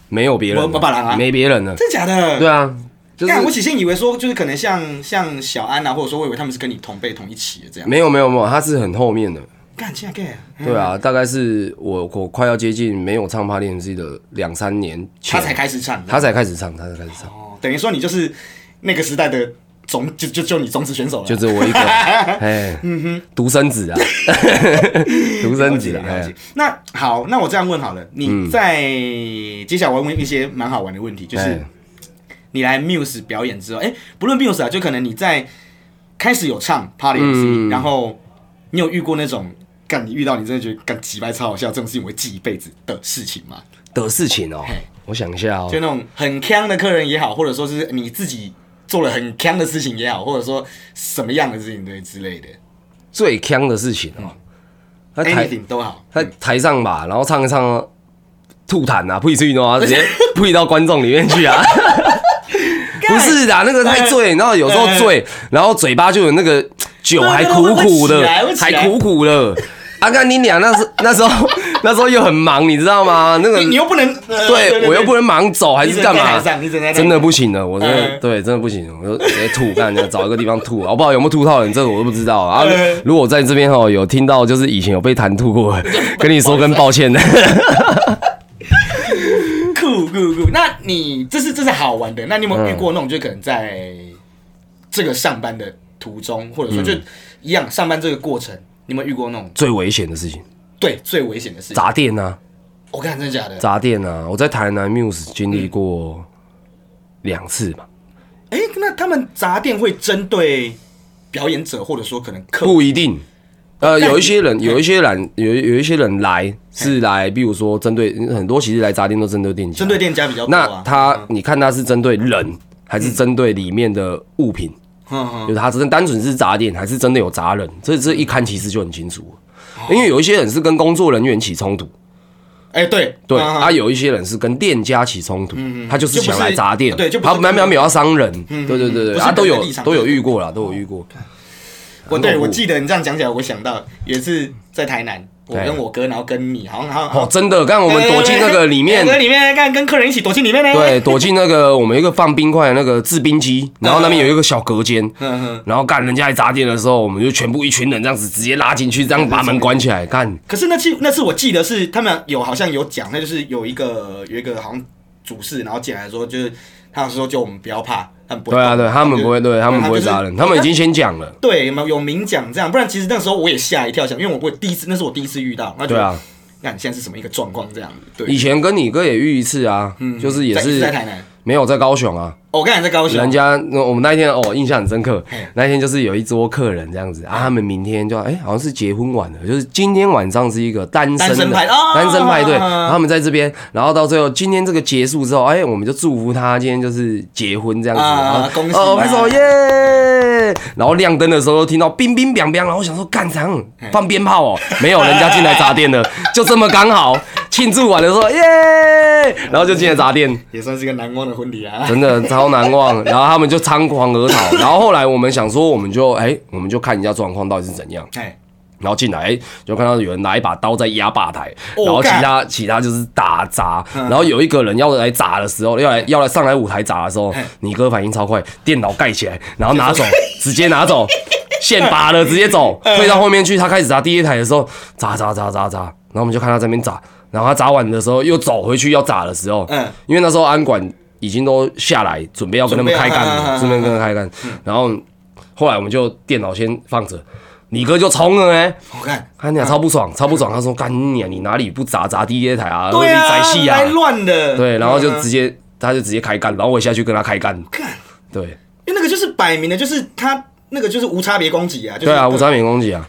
Speaker 2: 没有别人了，
Speaker 1: 我我把人啊
Speaker 2: 没别人了，
Speaker 1: 真的假的？
Speaker 2: 对啊，就是
Speaker 1: 干，我起先以为说就是可能像像小安啊，或者说我以为他们是跟你同辈同一起的这样。
Speaker 2: 没有没有没有，他是很后面的，
Speaker 1: 干，竟然 gay，
Speaker 2: 对啊，大概是我我快要接近没有唱趴练 MC 的两三年前，
Speaker 1: 他才开始唱的。
Speaker 2: 他才开始唱，他才开始唱，
Speaker 1: 哦，等于说你就是那个时代的种，就就就你种子选手了。
Speaker 2: 就只有我一 个，哎，独生子啊，独生
Speaker 1: 嗯了
Speaker 2: 子
Speaker 1: 解
Speaker 2: 啊，
Speaker 1: 了
Speaker 2: 哎嗯
Speaker 1: 解。那好，那我这样问好了，你在接下来我要问一些蛮好玩的问题，就是
Speaker 2: 哎
Speaker 1: 你来 Muse 表演之后，哎，不论 Muse 啊，就可能你在开始有唱 Party
Speaker 2: 嗯
Speaker 1: MC，然后你有遇过那种干你遇到你真的觉得干几百超好笑这种事情，我会记一辈子的事情吗？
Speaker 2: 的事情哦，我想一下哦
Speaker 1: 就，那种很坑的客人也好，或者说是你自己做了很坑的事情也好，或者说什么样的事情对之类的
Speaker 2: 最坑的事情哦，他台
Speaker 1: ，anything 都好。
Speaker 2: 他台上吧，然后唱一唱，吐痰啊，呸出去的话，直接呸到观众里面去啊。不是的，那个太醉，你知道有时候醉，然后嘴巴就有那个酒还苦苦
Speaker 1: 会
Speaker 2: 的
Speaker 1: 起来会，起
Speaker 2: 还
Speaker 1: 来
Speaker 2: 苦苦的。阿甘，你俩那时那时候那时候又很忙，你知道吗？那个
Speaker 1: 你你又不能，呃
Speaker 2: 对我又不能忙走还
Speaker 1: 你
Speaker 2: 是
Speaker 1: 只能
Speaker 2: 干
Speaker 1: 在
Speaker 2: 嘛
Speaker 1: 台？上你只能在台上
Speaker 2: 真的不行了，我真的
Speaker 1: 嗯
Speaker 2: 对真的不行，我就直接吐，看就找一个地方吐，好不好？有没有吐到人，这个我都不知道啊。
Speaker 1: 嗯
Speaker 2: 如果在这边哦，有听到就是以前有被弹 吐过，跟你说声抱歉的。
Speaker 1: 酷酷酷。那你这是这是好玩的，那你有没有遇
Speaker 2: 嗯
Speaker 1: 过那种就可能在这个上班的途中，或者
Speaker 2: 嗯
Speaker 1: 说就一样上班这个过程，你有没有遇过那种
Speaker 2: 最危险的事情，
Speaker 1: 对最危险的事情？
Speaker 2: 砸店啊，
Speaker 1: 我看真的假的？
Speaker 2: 砸店啊！我在台南 Muse 经历过两次吧，
Speaker 1: 哎、那他们砸店会针对表演者，或者说可能客户
Speaker 2: 不一定。呃，
Speaker 1: 但
Speaker 2: 有一些 人，有一些人，有有一些人来是来，比如说针对很多，其实来砸店都针对店家
Speaker 1: 针。对店家比较多、
Speaker 2: 那
Speaker 1: 啊。
Speaker 2: 他，你看他是针对人，还是针对里面的物品？
Speaker 1: 嗯嗯
Speaker 2: 就是他真的单纯是砸店，还是真的有砸人？这这一看其实就很清楚了，
Speaker 1: 哦
Speaker 2: 因为有一些人是跟工作人员起冲突，
Speaker 1: 哎、对
Speaker 2: 对，啊
Speaker 1: 嗯嗯
Speaker 2: 他有一些人是跟店家起冲突，他就是想来砸店，
Speaker 1: 就不是对就不是
Speaker 2: 他没有没有要伤人，对对对
Speaker 1: 嗯
Speaker 2: 对，
Speaker 1: 不是
Speaker 2: 他都
Speaker 1: 人哦
Speaker 2: 有
Speaker 1: 的立场
Speaker 2: 都有遇过啦，都有遇过，
Speaker 1: 我
Speaker 2: 很
Speaker 1: 对
Speaker 2: 恐怖
Speaker 1: 我记得你这样讲起来，我想到有一次在台南，我
Speaker 2: 对
Speaker 1: 跟我哥，然后跟你，好像好像哎
Speaker 2: 哦，真的，刚我们躲进那个里面
Speaker 1: 躲，进里面干跟客人一起躲进里面呢。
Speaker 2: 对，躲进那个我们有一个放冰块的那个制冰机，然后那边有一个小隔间，
Speaker 1: 嗯哼。
Speaker 2: 然后干人家来砸店的时候，我们就全部一群人这样子直接拉进去，这样把门关起来，干
Speaker 1: 可是那次那次我记得是他们有好像有讲，那就是有一个有一个好像主事，然后进来说就是他说就我们不要怕，他们不会
Speaker 2: 对啊，
Speaker 1: 动
Speaker 2: 对他们
Speaker 1: 就
Speaker 2: 不会，对他们不会
Speaker 1: 就是
Speaker 2: 砸人，他们已经先讲了。
Speaker 1: 对，有没有有明讲这样？不然其实那时候我也吓一跳，想因为我我第一次，那是我第一次遇到，那就
Speaker 2: 对啊，
Speaker 1: 那你现在是什么一个状况这样子？对，
Speaker 2: 以前跟你哥也遇一次啊，就是也
Speaker 1: 嗯在
Speaker 2: 是
Speaker 1: 在台南，哦
Speaker 2: 没有在高雄啊，
Speaker 1: 我刚才在高雄，
Speaker 2: 人家那我们那一天哦印象很深刻，那一天就是有一桌客人这样子啊，他们明天就哎好像是结婚晚了，就是今天晚上是一个单身
Speaker 1: 单身
Speaker 2: 的
Speaker 1: 派哦
Speaker 2: 单身派对，
Speaker 1: 啊啊啊啊
Speaker 2: 然后他们在这边，然后到最后今天这个结束之后，哎我们就祝福他今天就是结婚这样子，
Speaker 1: 啊
Speaker 2: 然后
Speaker 1: 恭喜
Speaker 2: 哦
Speaker 1: 啊
Speaker 2: 拍手耶，然后亮灯的时候听到冰冰冰冰，然后我想说干啥放鞭炮哦，没有人家进来砸店了，就这么刚好庆祝完了说耶，然后就进来砸店。
Speaker 1: 也算是一个难忘的婚礼啊。
Speaker 2: 真的超难忘。然后他们就仓皇而逃。然后后来我们想说，我们就哎、我们就看一下状况到底是怎样。
Speaker 1: 哎，
Speaker 2: 然后进来，哎就看到有人拿一把刀在压吧台，
Speaker 1: 哦
Speaker 2: 然后其
Speaker 1: 干嗯
Speaker 2: 他其他就是打砸。然后有一个人要来砸的时候，要来要来上来舞台砸的时候，你哥反应超快，电脑盖起来，然后 拿走，直接拿走，现拔了，直接走，
Speaker 1: 嗯
Speaker 2: 退到后面去。他开始砸第一台的时候，砸砸砸砸砸，然后我们就看他这边砸。然后他砸完的时候，又走回去要砸的时候，
Speaker 1: 嗯
Speaker 2: 因为那时候安管已经都下来，准备要跟他们开干
Speaker 1: 准备啊
Speaker 2: 了，
Speaker 1: 要
Speaker 2: 顺便跟他们开干。然后后来我们就电脑先放着，你哥就冲了哎，
Speaker 1: 我看，
Speaker 2: 他俩超不爽，超不爽。他说：“干你啊，你哪里不砸砸 DJ 台啊？
Speaker 1: 对
Speaker 2: 你宅
Speaker 1: 啊，
Speaker 2: 戏啊
Speaker 1: 来乱的，！”
Speaker 2: 对，然后就
Speaker 1: 嗯
Speaker 2: 直接他就直接开干，然后我也下去跟他开干。
Speaker 1: 干，
Speaker 2: 对
Speaker 1: 因为那个就是摆明的，就是他那个就是无差别攻击啊，就是
Speaker 2: 对啊，无差别攻击啊，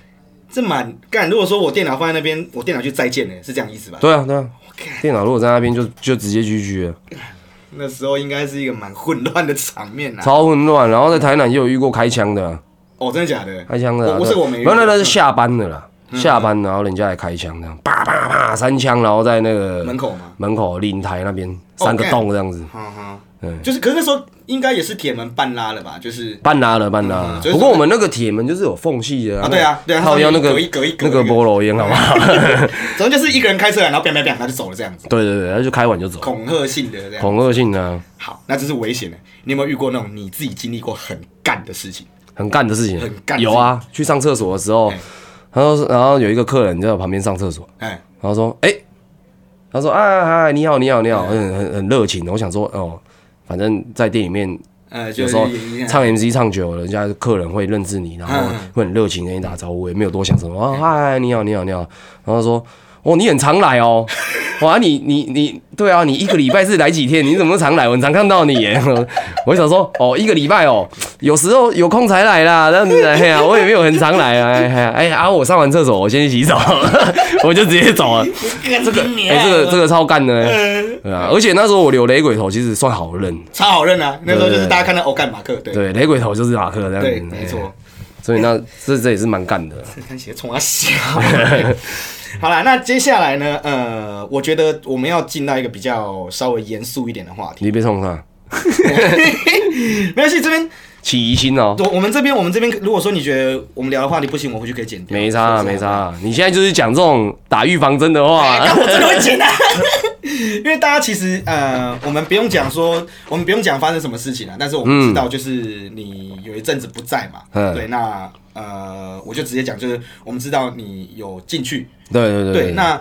Speaker 1: 这蛮干。如果说我电脑放在那边，我电脑就再见了，是这样意思吧？
Speaker 2: 对啊，对啊，电脑如果在那边就就直接啊 GG 了，
Speaker 1: 那时候应该是一个蛮混乱的场面啊。
Speaker 2: 超混乱。然后在台南也有遇过开枪的啊、
Speaker 1: 哦，真的假的？
Speaker 2: 开枪的啊、
Speaker 1: 我我是
Speaker 2: 对
Speaker 1: 我没遇
Speaker 2: 不
Speaker 1: 过。嗯
Speaker 2: 是那那是下班的啦，下班然后人家来开枪这样，叭叭叭三枪，然后在那个
Speaker 1: 门口吗？
Speaker 2: 门口领台那边三个
Speaker 1: 干
Speaker 2: 洞这样子，
Speaker 1: 哈哈，
Speaker 2: 嗯
Speaker 1: 就是，可是那时候应该也是铁门半拉了吧？就是
Speaker 2: 半拉了半拉
Speaker 1: 嗯
Speaker 2: 了。
Speaker 1: 就是
Speaker 2: 不过我们那个铁门就是有缝隙的
Speaker 1: 啊对啊对啊
Speaker 2: 靠腰那
Speaker 1: 它
Speaker 2: 个
Speaker 1: 上面有一格一格
Speaker 2: 那个
Speaker 1: 一格
Speaker 2: 菠萝烟好不好？
Speaker 1: 总之就是一个人开车来，然后砰砰砰，然后就走了这样子，
Speaker 2: 对对对，他就开完就走，
Speaker 1: 恐吓性的这样。
Speaker 2: 恐吓性啊，
Speaker 1: 好，那这是危险的。你有没有遇过那种你自己经历过很干的事情？
Speaker 2: 很干的事情
Speaker 1: 很干，的
Speaker 2: 有啊。去上厕所的时候
Speaker 1: 哎，
Speaker 2: 他说，然后有一个客人就在我旁边上厕所，
Speaker 1: 哎，
Speaker 2: 然后说，哎，他说，啊嗨，你好你好你好，很很很热情。我想说，哦，反正在店里面
Speaker 1: 呃，就
Speaker 2: 有
Speaker 1: 是
Speaker 2: 时候
Speaker 1: 一
Speaker 2: 唱 MC 唱久了，人家客人会认识你，然
Speaker 1: 嗯
Speaker 2: 后会很热情跟你打招呼，也没有多想什么啊，嗨，你好，你好，你好，然后说。哦，你很常来哦，哇，你你你，对啊，你一个礼拜是来几天？你怎么常来？我很常看到你耶。 我想说，哦，一个礼拜哦，有时候有空才来啦，这样子，哎呀，我也没有很常来啊，哎呀，哎呀，啊，我上完厕所，我先去洗手， 我就直接走了。
Speaker 1: 这个
Speaker 2: 哎、这个这个超干的、
Speaker 1: 嗯
Speaker 2: 对啊，而且那时候我留雷鬼头，其实算好认，
Speaker 1: 超好认啊！那时候就是
Speaker 2: 对
Speaker 1: 大家看到哦，干马克，对
Speaker 2: 对，雷鬼头就是马克这样子，
Speaker 1: 对，没
Speaker 2: 哎
Speaker 1: 错。
Speaker 2: 所以那这这也 是蛮干的。
Speaker 1: 看鞋冲他笑。好啦，那接下来呢？呃，我觉得我们要进到一个比较稍微严肃一点的话题。
Speaker 2: 你别冲他，
Speaker 1: 没关系，这边
Speaker 2: 起疑心哦，
Speaker 1: 我我们这边我们这边，如果说你觉得我们聊的话题不行，我回去可以剪掉。
Speaker 2: 没差啊
Speaker 1: 是不是
Speaker 2: 没差。啊。你现在就是讲这种打预防针的话，
Speaker 1: 啊我真的会剪的、因为大家其实呃，我们不用讲说，我们不用讲发生什么事情了、啊但是我们知道就是你有一阵子不在嘛，
Speaker 2: 嗯
Speaker 1: 对，那呃，我就直接讲，就是我们知道你有进去，
Speaker 2: 对对对
Speaker 1: 对，那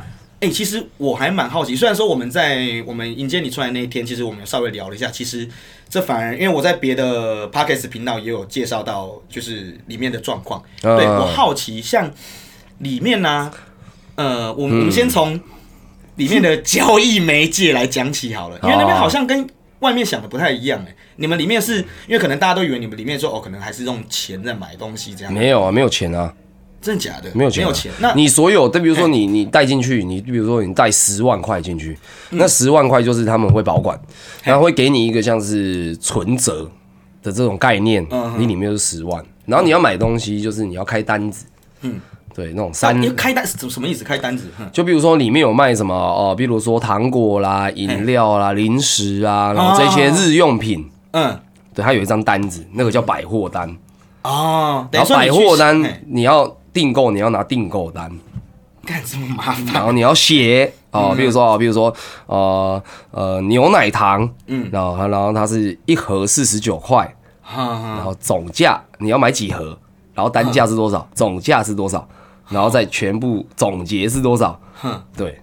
Speaker 1: 哎、欸其实我还蛮好奇，虽然说我们在我们迎接你出来那一天，其实我们有稍微聊了一下，其实这反而因为我在别的 podcast 频道也有介绍到，就是里面的状况。
Speaker 2: 嗯
Speaker 1: 对我好奇，像里面呢、呃，我们、
Speaker 2: 嗯
Speaker 1: 我们先从里面的交易媒介来讲起好了， 因为那边好像跟。外面想的不太一样哎、你们里面是因为可能大家都以为你们里面说哦，可能还是用钱在买东西这样，
Speaker 2: 没有啊，没有钱啊，
Speaker 1: 真的假的？
Speaker 2: 没有钱、啊，哎
Speaker 1: 没有钱。那
Speaker 2: 你所有的，比如说你你带进去，你比如说你带十万块进去，那十万块就是他们会保管，然后会给你一个像是存折的这种概念，你里面就是十万，然后你要买东西，就是你要开单子，嗯，对，那种三
Speaker 1: 你开单什什么意思？开单子？哼
Speaker 2: 就比如说里面有卖什么哦，比如说糖果啦、饮料啦、零食啊，然后这些日用品，
Speaker 1: 嗯，
Speaker 2: 对，它有一张单子，那个叫百货单。
Speaker 1: 哦，等于
Speaker 2: 然后
Speaker 1: 说你
Speaker 2: 百
Speaker 1: 去哎
Speaker 2: 货单
Speaker 1: 嘿
Speaker 2: 你要订购，你要拿订购单，
Speaker 1: 干这么麻
Speaker 2: 然
Speaker 1: 烦，
Speaker 2: 后你要写
Speaker 1: 嗯
Speaker 2: 哦，比如说哦，比如说呃呃牛奶糖，嗯，然后它然后它是一盒四十九块，然
Speaker 1: 哈哈，
Speaker 2: 后总价你要买几盒，然后单价是多少，
Speaker 1: 嗯
Speaker 2: 总价是多少，然后再全部总结是多少，
Speaker 1: 哼，
Speaker 2: 对，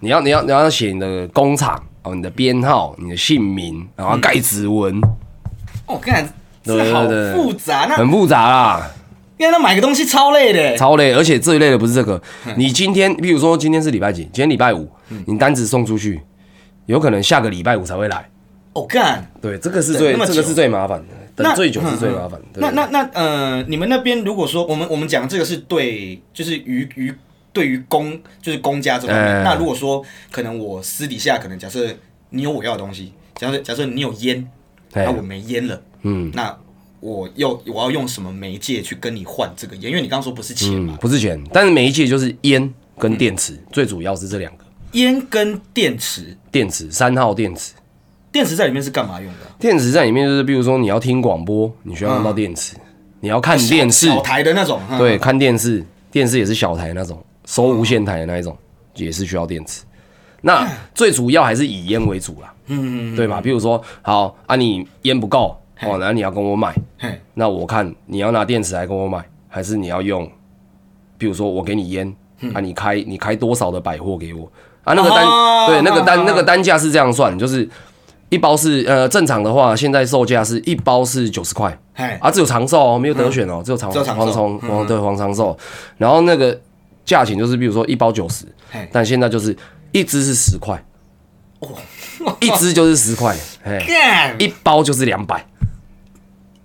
Speaker 2: 你要你要你要写你的工厂哦，你的编号、你的姓名，然后盖指纹，
Speaker 1: 哦，干
Speaker 2: 对
Speaker 1: 这
Speaker 2: 对
Speaker 1: 好
Speaker 2: 对
Speaker 1: 复杂，那
Speaker 2: 很复杂啦，
Speaker 1: 因为他买个东西超累的，欸
Speaker 2: 超累。而且最累的不是这个，
Speaker 1: 嗯
Speaker 2: 你今天，比如说今天是礼拜几，今天礼拜五，你单子送出去，有可能下个礼拜五才会来。
Speaker 1: 哦干，
Speaker 2: 对，这个是
Speaker 1: 对
Speaker 2: 最
Speaker 1: 那么
Speaker 2: 这个
Speaker 1: 久
Speaker 2: 是最麻烦的，
Speaker 1: 那嗯
Speaker 2: 等最久是最麻烦的。
Speaker 1: 那
Speaker 2: 对
Speaker 1: 那那呃，你们那边如果说我们我们讲这个是对，就是于于对于公就是公家这方面，
Speaker 2: 哎
Speaker 1: 那如果说可能我私底下可能假设你有我要的东西，假设假设你有烟，
Speaker 2: 哎
Speaker 1: 那啊我没烟了，嗯，那我要我要用什么媒介去跟你换这个烟？因为你刚刚说不是钱嘛
Speaker 2: 嗯，，不是钱，但是每一届就是烟跟电池，最主要是这两个
Speaker 1: 烟跟电池，
Speaker 2: 电池，三号电池。
Speaker 1: 电池在里面是干嘛用的？
Speaker 2: 电池在里面就是，比如说你要听广播，你需要用到电池；你要看电视，
Speaker 1: 小台的那种，嗯，
Speaker 2: 对，看电视，电视也是小台那种，收无线台的那一种，也是需要电池。那最主要还是以烟为主啦，嗯，对吧？比如说，好啊，你烟不够哦，那你要跟我买，
Speaker 1: 嘿，
Speaker 2: 那我看你要拿电池来跟我买，还是你要用，比如说我给你烟，
Speaker 1: 嗯
Speaker 2: 啊，你开你开多少的百货给我啊？那个单、
Speaker 1: 哦
Speaker 2: 对，那个单、
Speaker 1: 哦
Speaker 2: 那个单价是这样算，就是一包是呃正常的话，现在售价是一包是九十块，
Speaker 1: 嘿，
Speaker 2: 啊，只有长寿哦，没有得选哦，只有长
Speaker 1: 嗯只有长寿嗯
Speaker 2: 黄虫，黄对黄长寿。然后那个价钱就是，比如说一包九十
Speaker 1: 嘿，
Speaker 2: 但现在就是一只是十块，
Speaker 1: 哦
Speaker 2: 一只就是十块，哎，
Speaker 1: 干
Speaker 2: 一包就是两百，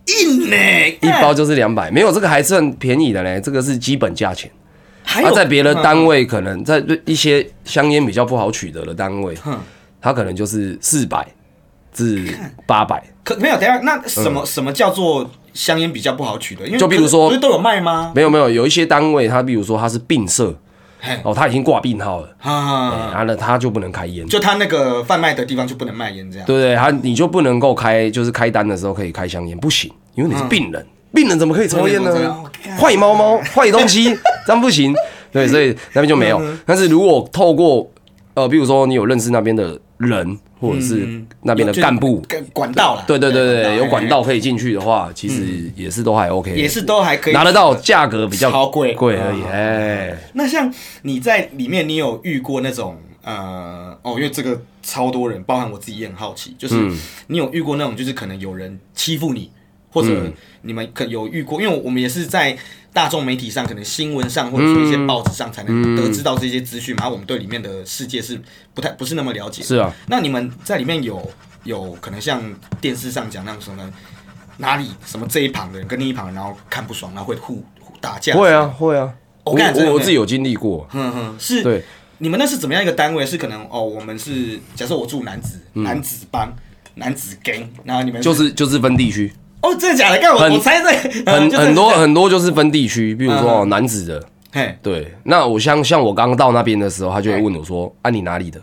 Speaker 1: 硬呢、
Speaker 2: 一包就是两百，没有这个还算便宜的嘞，这个是基本价钱。
Speaker 1: 还
Speaker 2: 他
Speaker 1: 有
Speaker 2: 啊在别的单位可能在一些香烟比较不好取得的单位，他可能就是四百至八百，
Speaker 1: 可没有，等一下那什么、什么叫做香烟比较不好取得？因为
Speaker 2: 嗯就比如
Speaker 1: 不是
Speaker 2: 说
Speaker 1: 不是都有卖吗？
Speaker 2: 没有没有，有一些单位他比如说他是病社
Speaker 1: 嘿，
Speaker 2: 哦，他已经挂病号了，
Speaker 1: 啊，
Speaker 2: 然后呢他就不能开烟，
Speaker 1: 就他那个贩卖的地方就不能卖烟这样。
Speaker 2: 对不对？他你就不能够开，就是开单的时候可以开香烟，不行，因为你是病人，病人怎么可以抽烟
Speaker 1: 怎么可以
Speaker 2: 呢
Speaker 1: 抽烟？
Speaker 2: 坏猫
Speaker 1: 哦
Speaker 2: 猫，坏东西，这样不行。对，所以那边就没有。
Speaker 1: 嗯
Speaker 2: 但是如果透过呃，比如说你有认识那边的人，或者
Speaker 1: 嗯
Speaker 2: 是那边的干部，
Speaker 1: 管管道啦，
Speaker 2: 对对对对，有管
Speaker 1: 嘿
Speaker 2: 道可以进去的话，其实也是都还 OK，的
Speaker 1: 嗯也是都还可以
Speaker 2: 拿得到，价格比较
Speaker 1: 超贵啊
Speaker 2: 贵而已。哎，
Speaker 1: 那像你在里面，你有遇过那种呃哦，因为这个超多人，包含我自己也很好奇，就是
Speaker 2: 嗯
Speaker 1: 你有遇过那种，就是可能有人欺负你，或
Speaker 2: 嗯
Speaker 1: 者你们可有遇过？因为我们也是在大众媒体上，可能新闻上或者说一些报纸上才能得知到这些资讯嘛，然后啊我们对里面的世界是不太不是那么了解。
Speaker 2: 是啊，
Speaker 1: 那你们在里面有有可能像电视上讲那种什么哪里什么这一旁的人跟另一旁的人，然后看不爽，然后会互互打架？
Speaker 2: 会啊，会啊，
Speaker 1: 我
Speaker 2: 我
Speaker 1: 看真的
Speaker 2: 我我
Speaker 1: 会
Speaker 2: 自己有经历过，
Speaker 1: 哼哼，嗯是
Speaker 2: 对
Speaker 1: 你们那是怎么样一个单位？是可能哦，我们是假设我住男子、男子帮、男子 gang，然后你们
Speaker 2: 嗯就是就是分地区。
Speaker 1: 哦，真的假的？干我
Speaker 2: 很
Speaker 1: 我猜 这嗯个
Speaker 2: 很很，
Speaker 1: 嗯
Speaker 2: 多很多就是分地区，比如说哦男子的，
Speaker 1: 就这嘿，
Speaker 2: 对，那我像像我刚到那边的时候，他就会问我说：“啊，你哪里的？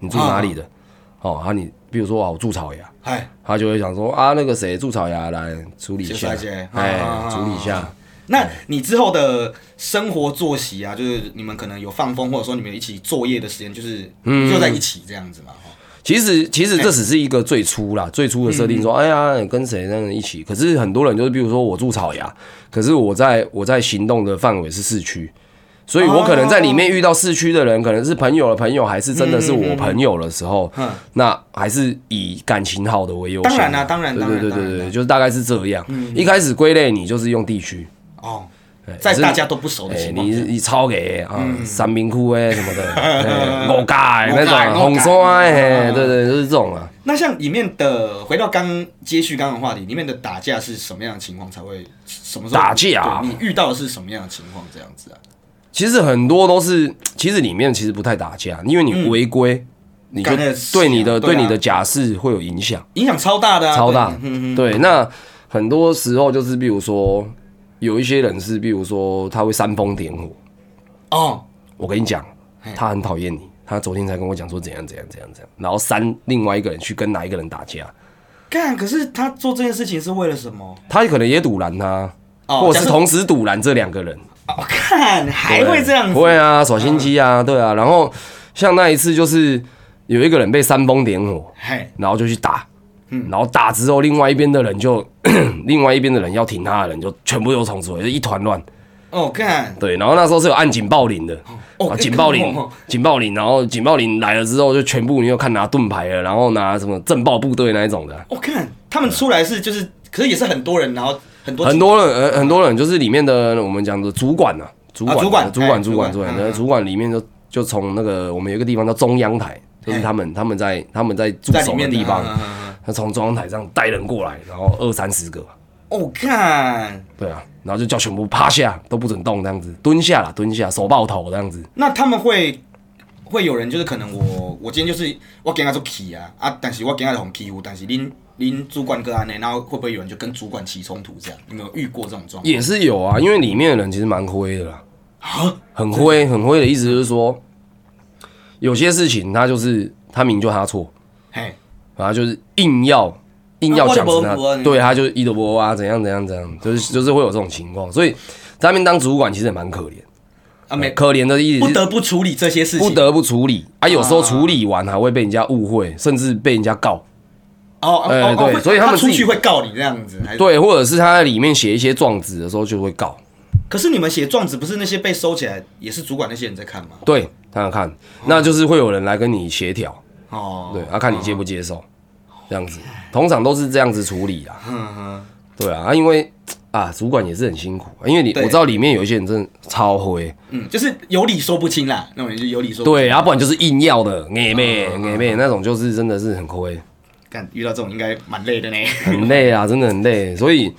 Speaker 2: 你住哪里的？”
Speaker 1: 嗯
Speaker 2: 哦，啊你，比如说啊，我住草芽，
Speaker 1: 嗨，
Speaker 2: 他就会想说啊，那个谁住草芽来处理一
Speaker 1: 协
Speaker 2: 下
Speaker 1: 调一些，
Speaker 2: 哎
Speaker 1: 啊啊啊，
Speaker 2: 处理一下。
Speaker 1: 那你之后的生活作息啊，就是你们可能有放风，或者说你们一起作业的时间，就是
Speaker 2: 嗯
Speaker 1: 就在一起这样子嘛。哦
Speaker 2: 其实其实这只是一个最初啦，最初的设
Speaker 1: 嗯
Speaker 2: 定说，哎呀，你跟谁那个一起？可是很多人就是，比如说我住草芽，可是我在我在行动的范围是市区，所以我可能在里面遇到市区的人，可能是朋友的朋友，还是真的
Speaker 1: 嗯
Speaker 2: 是我朋友的时候，那还是以感情好的为优先。
Speaker 1: 当然啦当然
Speaker 2: 对
Speaker 1: 当然
Speaker 2: 对对
Speaker 1: 当然嗯当
Speaker 2: 对对，
Speaker 1: 然
Speaker 2: 就是大概是这样。一开始归类你就是用地区，
Speaker 1: 哦，
Speaker 2: 哎
Speaker 1: 在
Speaker 2: 可是
Speaker 1: 大家都不熟的
Speaker 2: 哎，
Speaker 1: 情况
Speaker 2: 你
Speaker 1: 下，嗯
Speaker 2: 你超给啊，三明窟哎什 么的，哎五嘎的那
Speaker 1: 五嗯嘎
Speaker 2: 种红山哎，
Speaker 1: 五嘎
Speaker 2: 对对，就是这种啊。
Speaker 1: 那像里面的回到刚接续刚刚的话题，里面的打架是什么样的情况才会什么时候
Speaker 2: 打架啊
Speaker 1: 对你遇到的是什么样的情况？这样子啊？
Speaker 2: 其实很多都是，其实里面其实不太打架，因为你违规，你就
Speaker 1: 嗯干那事啊
Speaker 2: 对你的
Speaker 1: 对啊
Speaker 2: 你的假释会有影响，
Speaker 1: 影响超大的、啊，
Speaker 2: 超大
Speaker 1: 对。
Speaker 2: 对，那很多时候就是，比如说有一些人是，比如说他会煽风点火，
Speaker 1: 哦，
Speaker 2: 我跟你讲
Speaker 1: 嘿，
Speaker 2: 他很讨厌你，他昨天才跟我讲说怎样怎样怎样怎样，然后煽另外一个人去跟哪一个人打架，
Speaker 1: 干！可是他做这件事情是为了什么？
Speaker 2: 他可能也堵拦他，
Speaker 1: 哦
Speaker 2: 或者是
Speaker 1: 假设
Speaker 2: 同时堵拦这两个人。
Speaker 1: 哦，看还会这样子，
Speaker 2: 会啊，耍心机啊，对啊。然后像那一次就是有一个人被煽风点火，
Speaker 1: 嘿，
Speaker 2: 然后就去打，
Speaker 1: 嗯
Speaker 2: 然后打之后，另外一边的人就， 另外一边的人要挺他的人就全部都冲出来，就一团乱。
Speaker 1: 哦，看，
Speaker 2: 对，然后那时候是有按警报铃的，
Speaker 1: 哦
Speaker 2: 啊警报
Speaker 1: 哎
Speaker 2: 铃
Speaker 1: 哦哦，
Speaker 2: 警报铃，然后警报铃来了之后，就全部你又看拿盾牌了，然后拿什么震爆部队那一种的，啊
Speaker 1: 我、看哦他们出来是就是，可是也是很多人，然后很多
Speaker 2: 很多人，呃，很多人就是里面的我们讲的主管呐、啊，主管、
Speaker 1: 啊主管哎
Speaker 2: 主管，主管，
Speaker 1: 主
Speaker 2: 主
Speaker 1: 管
Speaker 2: 管，
Speaker 1: 嗯嗯
Speaker 2: 主管里面就就从那个我们有一个地方叫中央台，就是
Speaker 1: 哎
Speaker 2: 他们他们在他们在驻
Speaker 1: 在里
Speaker 2: 守的
Speaker 1: 面
Speaker 2: 地方，
Speaker 1: 嗯嗯嗯
Speaker 2: 他从中央台上带人过来，然后二三十个。
Speaker 1: 哦，看，
Speaker 2: 对啊，然后就叫全部趴下，都不准动，这样子蹲下啦，蹲下，手抱头这样子。
Speaker 1: 那他们会。会有人就是可能我我今天就是我今天做气啊啊，但是我今天红欺负，但是您您主管个案呢，然后会不会有人就跟主管起冲突这样？你们有遇过这种状况？
Speaker 2: 也是有啊，因为里面的人其实蛮灰的啦，
Speaker 1: 啊，
Speaker 2: 很灰，很灰的意思就是说，有些事情他就是他明就他错，
Speaker 1: 嘿，
Speaker 2: 然后就是硬要硬要讲成
Speaker 1: 啊我就没有啊
Speaker 2: 他，对他就是一德伯啊，怎样怎样怎样，就是就是会有这种情况，所以在那边当主管其实也蛮可怜，
Speaker 1: 啊没，
Speaker 2: 可怜的意思
Speaker 1: 不
Speaker 2: 是
Speaker 1: 得不处理这些事情。
Speaker 2: 不得不处理啊，有时候处理完还会被人家误会，甚至被人家告。
Speaker 1: 哦，
Speaker 2: 哎
Speaker 1: 哦哦
Speaker 2: 对
Speaker 1: 会
Speaker 2: 所以他们
Speaker 1: 出
Speaker 2: 自己
Speaker 1: 去会告你这样子，还是？
Speaker 2: 对，或者是他在里面写一些状子的时候就会告，
Speaker 1: 可是你们写状子，不是那些被收起来，也是主管那些人在看吗？
Speaker 2: 对，看看看，那就是会有人来跟你协调，
Speaker 1: 哦，
Speaker 2: 对，啊，看你接不接受，这样子，通常都是这样子处理啦，
Speaker 1: 嗯哼，
Speaker 2: 对啊，啊，因为啊，主管也是很辛苦，因为你
Speaker 1: 对
Speaker 2: 我知道里面有一些人真的超灰，
Speaker 1: 嗯，就是有理说不清啦，那种人就有理说不清。啊
Speaker 2: 对，啊，不然就是硬要的，硬妹硬妹那种，就是真的是很亏，
Speaker 1: 干遇到这种应该蛮累的呢。
Speaker 2: 很累啊，真的很累。所以，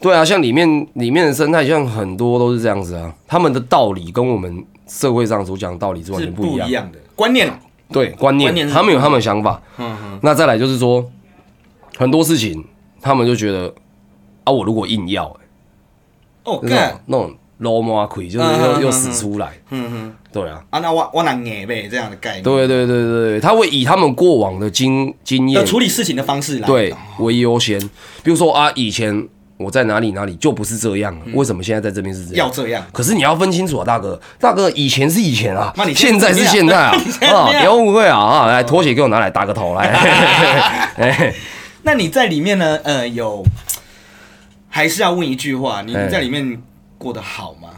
Speaker 2: 对啊，像里面里面的生态，像很多都是这样子啊，他们的道理跟我们社会上所讲的道理是完
Speaker 1: 是
Speaker 2: 全不一
Speaker 1: 不
Speaker 2: 样
Speaker 1: 一。样的观念啊。
Speaker 2: 对观念，
Speaker 1: 观念是
Speaker 2: 他们有他们的想法。
Speaker 1: 嗯
Speaker 2: 那再来就是说，很多事情他们就觉得啊，我如果硬要、欸，
Speaker 1: 哦，
Speaker 2: 就是那
Speaker 1: 干
Speaker 2: 种那种 low 摸亏，就是
Speaker 1: 嗯嗯
Speaker 2: 又
Speaker 1: 嗯
Speaker 2: 又
Speaker 1: 嗯
Speaker 2: 使出来。嗯嗯，对啊，
Speaker 1: 啊，那我我拿硬呗这样的概念。
Speaker 2: 对对对对对，他会以他们过往的经经
Speaker 1: 要
Speaker 2: 验
Speaker 1: 处理事情的方式来。
Speaker 2: 对为优先，比如说啊，以前我在哪里哪里就不是这样，为什么现在在这边是这
Speaker 1: 嗯
Speaker 2: 样
Speaker 1: 要？这样。
Speaker 2: 可是你要分清楚啊，大哥，大哥，以前是以前啊
Speaker 1: 那你，
Speaker 2: 现
Speaker 1: 现
Speaker 2: 在
Speaker 1: 在
Speaker 2: 是
Speaker 1: 是
Speaker 2: 现
Speaker 1: 现
Speaker 2: 在
Speaker 1: 在
Speaker 2: 啊
Speaker 1: 啊，
Speaker 2: 啊，
Speaker 1: 你现在是这样哦
Speaker 2: 不要误会啊啊，来拖鞋给我拿来打个头来， 哎，
Speaker 1: 那你在里面呢？呃，有，还是要问一句话，你
Speaker 2: 哎
Speaker 1: 你在里面过得好吗？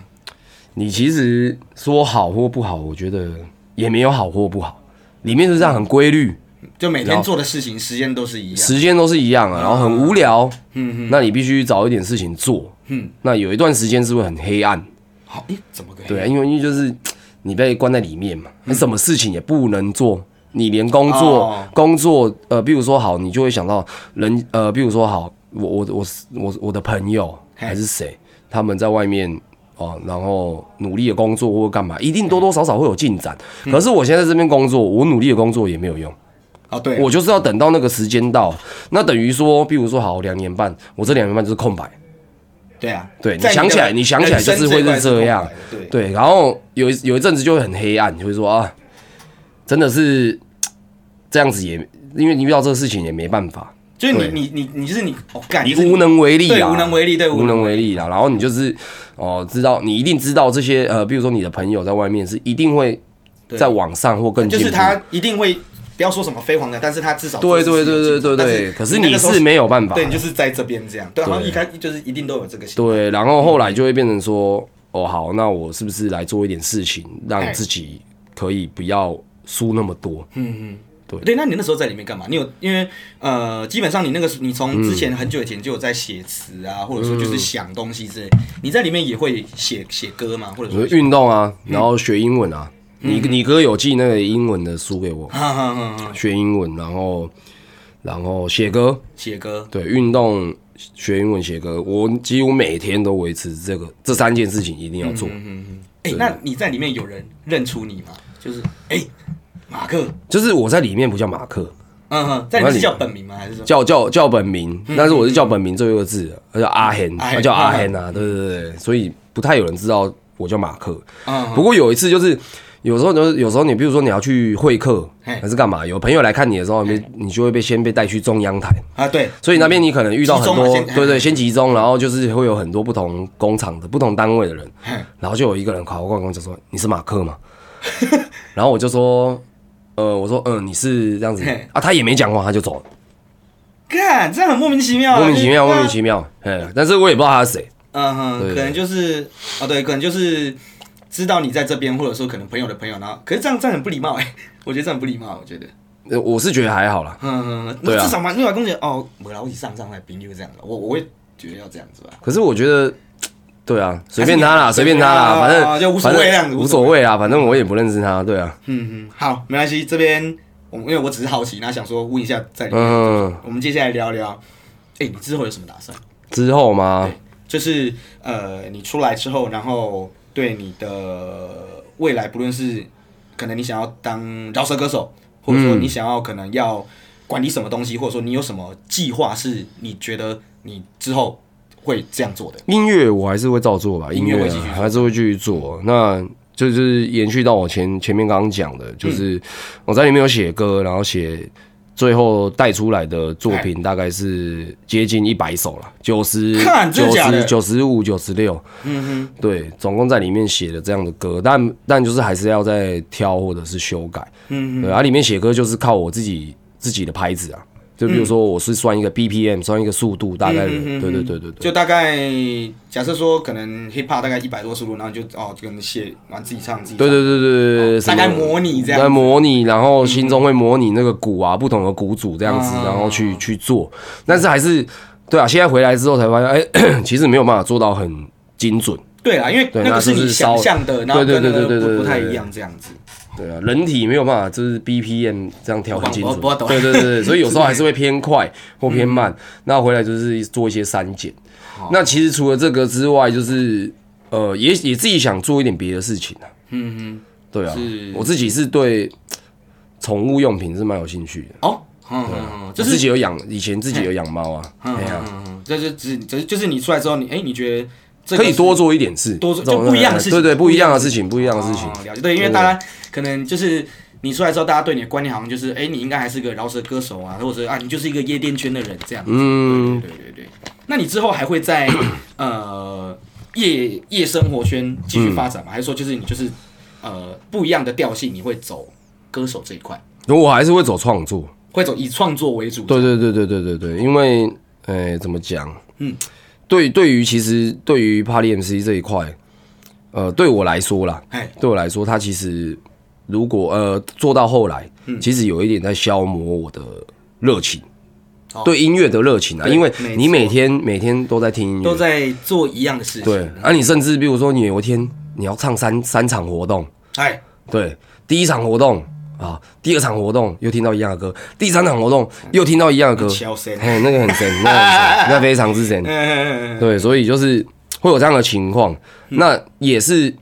Speaker 2: 你其实说好或不好，我觉得也没有好或不好，里面就是这样很规律，
Speaker 1: 就每天做的事情时间都是一样。
Speaker 2: 时间都是一样啊，然后很无聊，嗯那你必须找一点事情做，嗯，那有一段时间是会很黑暗，
Speaker 1: 好，诶，怎么个？
Speaker 2: 对啊，因为因为就是你被关在里面嘛，你什么事情也不能做，你连工作、
Speaker 1: 嗯哦
Speaker 2: 工作呃，比如说好，你就会想到人呃，比如说好，我我我我我的朋友
Speaker 1: 嘿
Speaker 2: 还是谁，他们在外面。哦，然后努力的工作或干嘛，一定多多少少会有进展。
Speaker 1: 嗯
Speaker 2: 可是我现在在这边工作，我努力的工作也没有用，
Speaker 1: 哦，对，
Speaker 2: 我就是要等到那个时间到。那等于说，比如说好两年半，我这两年半就是空白，
Speaker 1: 对啊，
Speaker 2: 对你
Speaker 1: 在的
Speaker 2: 想起来你想起来就是会是
Speaker 1: 人生
Speaker 2: 这
Speaker 1: 这一
Speaker 2: 样
Speaker 1: 块是空白的对，
Speaker 2: 对，然后有一有一阵子就会很黑暗，就会说啊，真的是这样子也，因为你遇到这个事情也没办法，
Speaker 1: 就是
Speaker 2: 对
Speaker 1: 你你你你就是你，哦，干，
Speaker 2: 你
Speaker 1: 就是
Speaker 2: 无能为力
Speaker 1: 对
Speaker 2: 啊，
Speaker 1: 无能为力对无
Speaker 2: 无能为力啦。然后你就是哦，知道你一定知道这些呃，比如说你的朋友在外面是一定会
Speaker 1: 对
Speaker 2: 在网上或更
Speaker 1: 就
Speaker 2: 进步
Speaker 1: 是，他一定会不要说什么飞黄的，但是他至少
Speaker 2: 对
Speaker 1: 做
Speaker 2: 对
Speaker 1: 事情有
Speaker 2: 对对
Speaker 1: 进步
Speaker 2: 对
Speaker 1: 但
Speaker 2: 对，可是
Speaker 1: 那
Speaker 2: 你
Speaker 1: 个时候
Speaker 2: 是没有办法，
Speaker 1: 对，你就是在这边这样，对，好像一开就是一定都有这个心，
Speaker 2: 对，然后后来就会变成说，哦，好，那我是不是来做一点事情，让
Speaker 1: 嗯哎
Speaker 2: 自己可以不要输那么多？
Speaker 1: 对，那你那时候在里面干嘛？你有因为呃，基本上你那个时你从之
Speaker 2: 嗯
Speaker 1: 前很久以前就有在写词啊，或者说就是想东西之类，你在里面也会写写歌吗？或者
Speaker 2: 我
Speaker 1: 说，
Speaker 2: 就运动啊，然后学英文啊。你你哥有寄那个英文的书给我，
Speaker 1: 哈哈哈哈，
Speaker 2: 学英文，然后然后写歌，
Speaker 1: 写歌，
Speaker 2: 对，运动、学英文、写歌，我几乎每天都维持这个这三件事情一定要做。
Speaker 1: 哎，那你在里面有人认出你吗？就是哎，马克，
Speaker 2: 就是我在里面不叫马克，
Speaker 1: 嗯哼，在里面是叫本名吗？还是什么？
Speaker 2: 叫叫叫本名，但是我是叫本名最后一个字，他叫阿henn，
Speaker 1: 阿
Speaker 2: 他
Speaker 1: henn，
Speaker 2: 叫嗯阿 hen 啊，对对对，所以不太有人知道我叫马克。
Speaker 1: 嗯
Speaker 2: 不过有一次就是。有时候就是有时候你比如说你要去会客
Speaker 1: 嘿
Speaker 2: 还是干嘛，有朋友来看你的时候，你你就会被先被带去中央台，
Speaker 1: 啊，对，
Speaker 2: 所以那边你可能遇到很
Speaker 1: 集中啊
Speaker 2: 多，
Speaker 1: 先
Speaker 2: 对对，先集中，然后就是会有很多不同工厂的、不同单位的人
Speaker 1: 嗯，
Speaker 2: 然后就有一个人考过来跟我讲说：“你是马克吗？” 然后我就说：“呃，我说嗯，你是这样子
Speaker 1: 嘿
Speaker 2: 啊。”他也没讲话，他就走了，
Speaker 1: 看这样很莫名其妙啊，
Speaker 2: 莫名其妙，
Speaker 1: 就是
Speaker 2: 莫名其妙。哎，但是我也不知道他是谁。
Speaker 1: 嗯
Speaker 2: 对
Speaker 1: 哼，可能就是哦，对，可能就是知道你在这边，或者说可能朋友的朋友，然后可是这样这样很不礼貌哎、我觉得这样很不礼貌，我觉得，
Speaker 2: 呃我是觉得还好啦，
Speaker 1: 嗯哼，
Speaker 2: 对啊
Speaker 1: 那至少嘛，另外公觉得哦，我来我一起上上来朋友这样的，我我会觉得要这样子吧，
Speaker 2: 可是我觉得，对啊，随便他啦，随便他啦，
Speaker 1: 还
Speaker 2: 反
Speaker 1: 是你啊
Speaker 2: 正
Speaker 1: 就无所谓
Speaker 2: 反正
Speaker 1: 这样子
Speaker 2: 无
Speaker 1: 无
Speaker 2: 所
Speaker 1: 所
Speaker 2: 谓啦，反正我也不认识他，对啊，
Speaker 1: 嗯哼，好，没关系，这边我因为我只是好奇，那想说问一下在里面，
Speaker 2: 嗯，
Speaker 1: 我们接下来聊聊，哎、你之后有什么打算？
Speaker 2: 之后嘛，
Speaker 1: 就是呃，你出来之后，然后对你的未来，不论是可能你想要当饶舌歌手，或者说你想要可能要管理什么东西，或者说你有什么计划，是你觉得你之后会这样做的？
Speaker 2: 音乐我还是会照做吧，音
Speaker 1: 音
Speaker 2: 乐
Speaker 1: 乐
Speaker 2: 啊
Speaker 1: 会继续做
Speaker 2: 还是会继续做。那就就是延续到我前前面刚刚讲
Speaker 1: 嗯
Speaker 2: 的，就是我在里面有写歌，然后写最后带出来的作
Speaker 1: 哎
Speaker 2: 品大概是接近一百首了，九十
Speaker 1: 看真
Speaker 2: 九
Speaker 1: 的假
Speaker 2: 十
Speaker 1: 的
Speaker 2: 九十五九十六，嗯哼，对，总共在里面写了这样的歌，但但就是还是要再挑或者是修改，嗯对，啊，里面写歌就是靠我自己自己的拍子啊。就比如
Speaker 1: 嗯
Speaker 2: 说，我是算一个 BPM，、算一个速度，大概的，对对对对对。
Speaker 1: 就大概假设说，可能 hip hop 大概一百多速度，然后就哦，就跟写完自己唱自己
Speaker 2: 对
Speaker 1: 唱
Speaker 2: 对对对对对，什么
Speaker 1: 哦大概模拟这样子
Speaker 2: 在模拟，然后心中会模拟那个鼓啊，不同的鼓组这样
Speaker 1: 嗯
Speaker 2: 子，然后去去做， 但是还是对啊，现在回来之后才发现，哎，其实没有办法做到很精准，
Speaker 1: 对啦，因为
Speaker 2: 对
Speaker 1: 那
Speaker 2: 那
Speaker 1: 个是
Speaker 2: 就
Speaker 1: 你
Speaker 2: 是烧
Speaker 1: 想象的，然后
Speaker 2: 对
Speaker 1: 跟
Speaker 2: 对
Speaker 1: 那
Speaker 2: 对
Speaker 1: 个
Speaker 2: 对对
Speaker 1: 不
Speaker 2: 对
Speaker 1: 不太
Speaker 2: 对
Speaker 1: 一
Speaker 2: 对
Speaker 1: 样这样子。
Speaker 2: 对啊，人体没有办法就是 BPM 这样调很清
Speaker 1: 我
Speaker 2: 楚
Speaker 1: 懂我懂，嗯
Speaker 2: 对对对对，所以有时候 还是会偏快或偏慢。那回来就是做一些删减。那其实除了这个之外，就是呃，也也自己想做一点别的事情啊。
Speaker 1: 嗯
Speaker 2: 对啊
Speaker 1: 是，
Speaker 2: 我自己是对宠物用品是蛮有兴趣的，
Speaker 1: 哼，哦，嗯嗯嗯，就
Speaker 2: 就是自己有养，以前自己有养猫啊，
Speaker 1: 嗯
Speaker 2: 哎呀，
Speaker 1: 嗯嗯，这就只只就是你出来之后，你哎，你觉得这个
Speaker 2: 可以
Speaker 1: 是
Speaker 2: 多做一点事，
Speaker 1: 多做
Speaker 2: 这种
Speaker 1: 就不一样的事情
Speaker 2: 对对，
Speaker 1: 不
Speaker 2: 不
Speaker 1: 一
Speaker 2: 一
Speaker 1: 样的
Speaker 2: 样的
Speaker 1: 事
Speaker 2: 事情，不一样的事情
Speaker 1: 哦，，了解。对，因为
Speaker 2: 对
Speaker 1: 大家可能就是你出来之后，大家对你的观念好像就是，哎、你应该还是个饶舌歌手啊，或者啊，你就是一个夜店圈的人这样子。
Speaker 2: 嗯，
Speaker 1: 对对对。那你之后还会在呃夜夜生活圈继续发展
Speaker 2: 嗯
Speaker 1: 吗？还是说就是你就是呃不一样的调性，你会走歌手这一块，
Speaker 2: 我还是会走创作，
Speaker 1: 会走以创作为主？
Speaker 2: 对对对对对对对，因为呃怎么讲，
Speaker 1: 嗯
Speaker 2: 嗯，对，对于其实对于 Party MC 这一块，呃，对我来说啦，
Speaker 1: 哎，
Speaker 2: 对我来说，它其实如果呃做到后来，其实有一点在消磨我的热情
Speaker 1: 哦。
Speaker 2: 对音乐的热情啊，
Speaker 1: 对
Speaker 2: 因为
Speaker 1: 没
Speaker 2: 你每
Speaker 1: 错
Speaker 2: 天每天都在听音乐，
Speaker 1: 都在做一样的事情。
Speaker 2: 对，啊，你甚至比如说，你有一天你要唱三三场活动，
Speaker 1: 哎，
Speaker 2: 对，第一场活动啊，第二场活动又听到一样的歌，第三场活动又听到一样的歌，
Speaker 1: 敲声
Speaker 2: 嘿，那个很神，那个很神，那非常之神，
Speaker 1: 嗯，
Speaker 2: 对，所以就是会有这样的情况，那也是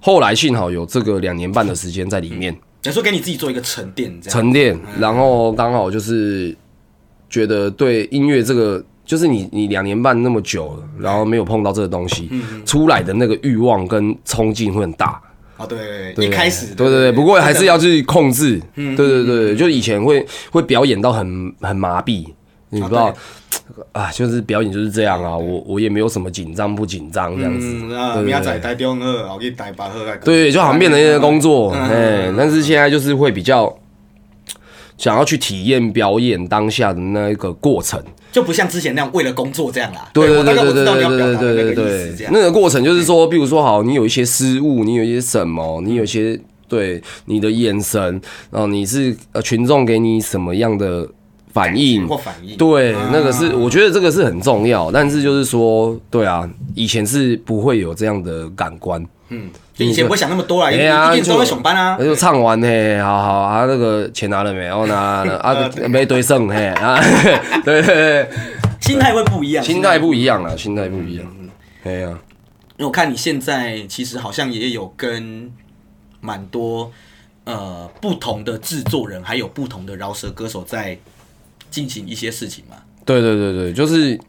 Speaker 2: 后来幸好有这个两年半的时间在里面
Speaker 1: 等于说给你自己做一个沉淀，这样。
Speaker 2: 沉淀，然后刚好就是觉得对音乐这个。就是你，你两年半那么久了，然后没有碰到这个东西，出来的那个欲望跟冲劲会很大。
Speaker 1: 哦，对对对，嗯
Speaker 2: 对
Speaker 1: 一开始，
Speaker 2: 对对对，不过还是要去控制，对对对，就以前会会表演到很很麻痹，你不知道啊，就是表演就是这样啊，我我也没有什么紧张不紧张这样子，
Speaker 1: 嗯，啊，
Speaker 2: 对对
Speaker 1: 明仔
Speaker 2: 对
Speaker 1: 载台中二，后日台北好，来
Speaker 2: 对，就好像变成一个工作，
Speaker 1: 嗯
Speaker 2: 哎，但是现在就是会比较想要去体验表演当下的那一个过程，
Speaker 1: 就不像之前那样为了工作这样啦。
Speaker 2: 对
Speaker 1: 我
Speaker 2: 对
Speaker 1: 大
Speaker 2: 对
Speaker 1: 概我知
Speaker 2: 对对
Speaker 1: 道你
Speaker 2: 对
Speaker 1: 要表
Speaker 2: 对
Speaker 1: 达的那
Speaker 2: 对对
Speaker 1: 个意思这
Speaker 2: 对，
Speaker 1: 样。
Speaker 2: 那个过程就是说，比如说好，你有一些失误，你有一些什么，你有一些对你的眼神，然后你是呃群众给你什么样的反应
Speaker 1: 或。反应，啊
Speaker 2: 对，那个是我觉得这个是很重要，但是就是说，对啊，以前是不会有这样的感官。
Speaker 1: 嗯，就以前不会想那么多啦，一
Speaker 2: 哎呀
Speaker 1: 啊一定都
Speaker 2: 就
Speaker 1: 会上班啊
Speaker 2: 那。就唱完嘿，好好啊，那个钱拿了没？哦，拿了啊，没堆剩嘿啊， 对对对，
Speaker 1: 啊心态会不一样，
Speaker 2: 心态不一样啊，心态不一样。
Speaker 1: 嗯
Speaker 2: 哎呀，
Speaker 1: 因为我看你现在其实好像也有跟蛮多呃不同的制作人，还有不同的饶舌歌手在进行一些事情嘛。
Speaker 2: 对对对对，就是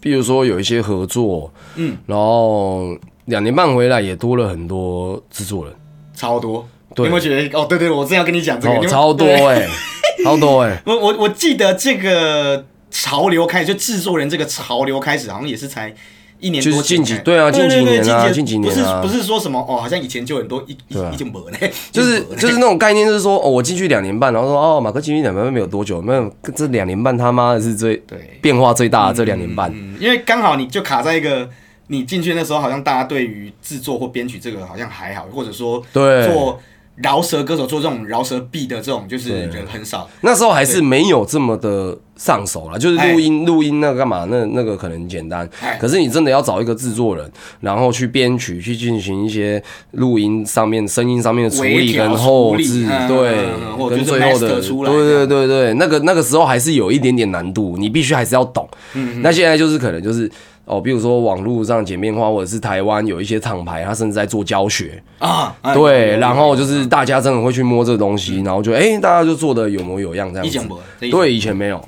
Speaker 2: 比如说有一些合作，
Speaker 1: 嗯，
Speaker 2: 然后两年半回来也多了很多制作人，
Speaker 1: 超多，你
Speaker 2: 对
Speaker 1: 有没有觉得？哦，对对，我正要跟你讲这个，你
Speaker 2: 哦，
Speaker 1: 有
Speaker 2: 超多
Speaker 1: 对
Speaker 2: 哎、 超多哎、
Speaker 1: 我我我记得这个潮流开始，就制作人这个潮流开始，好像也是才一年多
Speaker 2: 就是近
Speaker 1: 前
Speaker 2: 几
Speaker 1: 开
Speaker 2: 对啊
Speaker 1: 对
Speaker 2: 近几
Speaker 1: 对
Speaker 2: 年啊
Speaker 1: 对
Speaker 2: 近几年啊
Speaker 1: 不是不是说什么哦，好像以前就很多一
Speaker 2: 对啊
Speaker 1: 一一经没呢，
Speaker 2: 就是
Speaker 1: 一直没
Speaker 2: 就是那种概念，就是说哦，我进去两年半，然后说哦，马克进去两年半没有多久，没有这两年半他妈的是最
Speaker 1: 对，
Speaker 2: 变化最大的这两年半，
Speaker 1: 嗯，因为刚好你就卡在一个。你进去那时候，好像大家对于制作或编曲这个好像还好，或者说
Speaker 2: 对
Speaker 1: 做饶舌歌手做这种饶舌 B 的这种，就是人很少。
Speaker 2: 那时候还是没有这么的上手啦，就是录音录音那个干嘛，那那个可能简单
Speaker 1: 哎，
Speaker 2: 可是你真的要找一个制作人，然后去编曲，去进行一些录音上面声音上面的处
Speaker 1: 微
Speaker 2: 理
Speaker 1: 调
Speaker 2: 跟后
Speaker 1: 处理
Speaker 2: 置
Speaker 1: 嗯，
Speaker 2: 对
Speaker 1: 嗯嗯或，者就
Speaker 2: 跟
Speaker 1: 是
Speaker 2: 最后的
Speaker 1: master 出来
Speaker 2: 对对对对，那个那个时候还是有一点点难度，你必须还是要懂。
Speaker 1: 嗯
Speaker 2: 那现在就是可能就是。哦，比如说网络上简面化，或者是台湾有一些厂牌，他甚至在做教学，
Speaker 1: 啊，哎
Speaker 2: 对，然后就是大家真的会去摸这个东西，然后就哎、大家就做的有模有样这
Speaker 1: 嗯
Speaker 2: 样
Speaker 1: 以
Speaker 2: 子。
Speaker 1: 前没有这以前嗯
Speaker 2: 对，以前没有。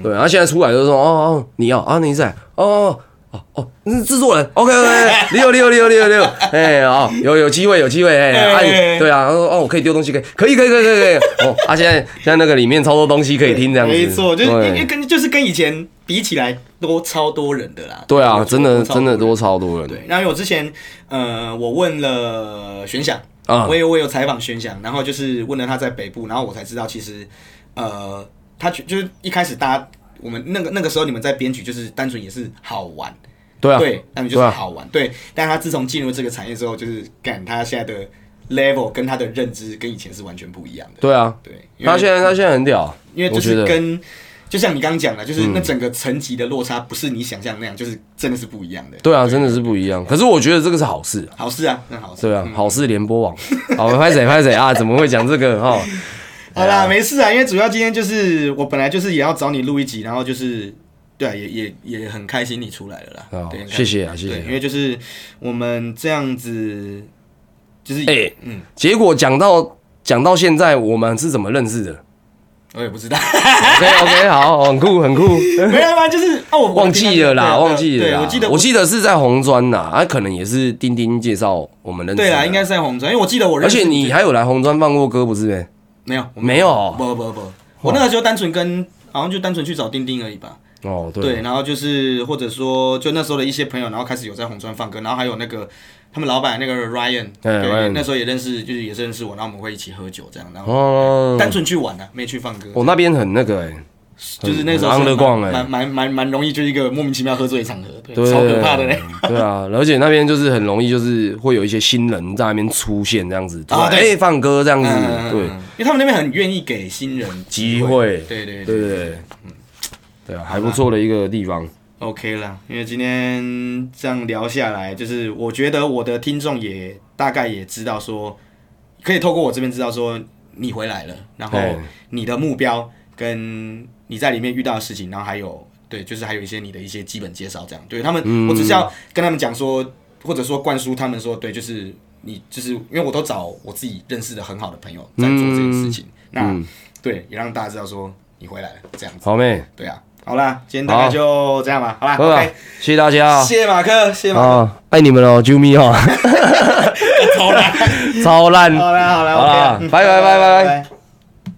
Speaker 2: 对，然后现在出来就是说，哦哦，你要啊，你在哦。哦哦，你是制作人，OK OK，六六六六六，哎哦，有有机会有机会，哎，啊你对啊，哦哦，我可以丢东西，可以可以可以可以可以，哦，啊现在现在那个里面超多东西可以听这样子，
Speaker 1: 没错，就是因为
Speaker 2: 对
Speaker 1: 跟就是跟以前比起来，多超多人的啦。
Speaker 2: 对啊，
Speaker 1: 多
Speaker 2: 真的
Speaker 1: 超
Speaker 2: 真的
Speaker 1: 人
Speaker 2: 多超多人，
Speaker 1: 对，然后我之前呃，我问了玄响，
Speaker 2: 啊
Speaker 1: 我也我有采访玄响，然后就是问了他在北部，然后我才知道其实呃，他就就是一开始大家我们那个那个时候你们在编曲就是单纯也是好玩，
Speaker 2: 对啊，
Speaker 1: 对，那你就是
Speaker 2: 对啊
Speaker 1: 好玩，对。但他自从进入这个产业之后，就是干他现在的 level 跟他的认知跟以前是完全不一样的，
Speaker 2: 对啊，
Speaker 1: 对，因为
Speaker 2: 他现在他现在很屌，
Speaker 1: 因为就
Speaker 2: 我觉
Speaker 1: 是
Speaker 2: 得嗯
Speaker 1: 跟就像你刚刚讲的，就是那整个层级的落差不是你想象那样，就是真的是不一样的。
Speaker 2: 对啊，真的是不一样。可是我觉得这个是好事啊，
Speaker 1: 好事啊，真好事。
Speaker 2: 对啊，好事联播网，好，拍谁拍 谁啊？怎么会讲这个哦哈？
Speaker 1: 好
Speaker 2: 哎
Speaker 1: 啦，没事啊，因为主要今天就是我本来就是也要找你录一集，然后就是对啊，也也也很开心你出来了啦。
Speaker 2: 哦
Speaker 1: 对，很开
Speaker 2: 谢谢啊，谢
Speaker 1: 对，
Speaker 2: 谢。
Speaker 1: 因为就是我们这样子，就是
Speaker 2: 哎、
Speaker 1: 嗯，
Speaker 2: 结果讲到讲到现在，我们是怎么认识的
Speaker 1: 我也不知道，
Speaker 2: ？OK OK，好，很酷很酷。
Speaker 1: 没有吧？就是哦，我
Speaker 2: 忘记了啦，
Speaker 1: 我
Speaker 2: 忘记了
Speaker 1: 对，
Speaker 2: 啦。
Speaker 1: 我记得
Speaker 2: 我记得是在红砖呐，啊，可能也是丁丁介绍我们认识的。
Speaker 1: 对啦，应该是在红砖，因为我记得我
Speaker 2: 而
Speaker 1: 认识
Speaker 2: 且你还有来红砖放过歌不是呗？
Speaker 1: 没有，我
Speaker 2: 没有哦，
Speaker 1: 不不不，我那个时候单纯跟好像就单纯去找钉钉而已吧。
Speaker 2: 哦对，
Speaker 1: 对，然后就是或者说，就那时候的一些朋友，然后开始有在红砖放歌，然后还有那个他们老板那个 Ryan，
Speaker 2: 哎
Speaker 1: 对
Speaker 2: Ryan
Speaker 1: 那时候也认识，就是也是认识我，然后我们会一起喝酒这样，然后
Speaker 2: 哦，
Speaker 1: 单纯去玩啊，没去放歌，
Speaker 2: 我那边很那个哎、
Speaker 1: 就是那时候
Speaker 2: 很
Speaker 1: 是
Speaker 2: underground
Speaker 1: 蛮
Speaker 2: 哎
Speaker 1: 蛮蛮蛮蛮容易就一个莫名其妙喝醉的场合，对，
Speaker 2: 对，
Speaker 1: 超可怕的嘞。
Speaker 2: 对啊，而且那边就是很容易，就是会有一些新人在那边出现这样子，突然哎、
Speaker 1: 啊对
Speaker 2: 放歌这样子，
Speaker 1: 嗯，
Speaker 2: 对
Speaker 1: 因，为他们那边很愿意给新人
Speaker 2: 机会，
Speaker 1: 对对
Speaker 2: 对对对，对啊，还不错的一个地
Speaker 1: 嗯
Speaker 2: 方，
Speaker 1: OK 啦，因为今天这样聊下来，就是我觉得我的听众也大概也知道说，可以透过我这边知道说你回来了，然后
Speaker 2: 对
Speaker 1: 你的目标跟你在里面遇到的事情，然后还有对，就是还有一些你的一些基本介绍这样。对他们，我只是要跟他们讲说，或者说灌输他们说，对，就是你就是因为我都找我自己认识的很好的朋友在做这件事情，那、对也让大家知道说你回来了这样子。
Speaker 2: 好妹，
Speaker 1: 对啊，好啦，今天大概
Speaker 2: 好
Speaker 1: 就这样吧。好啦
Speaker 2: 拜拜，
Speaker 1: 啊，OK，
Speaker 2: 谢谢大家啊
Speaker 1: 谢谢马克，谢谢马克，
Speaker 2: 啊，爱你们哦，啾咪哦，
Speaker 1: 好啦，
Speaker 2: 超烂，
Speaker 1: 好啦，好啦，
Speaker 2: 好啦
Speaker 1: OK，嗯
Speaker 2: 拜拜拜拜
Speaker 1: 拜。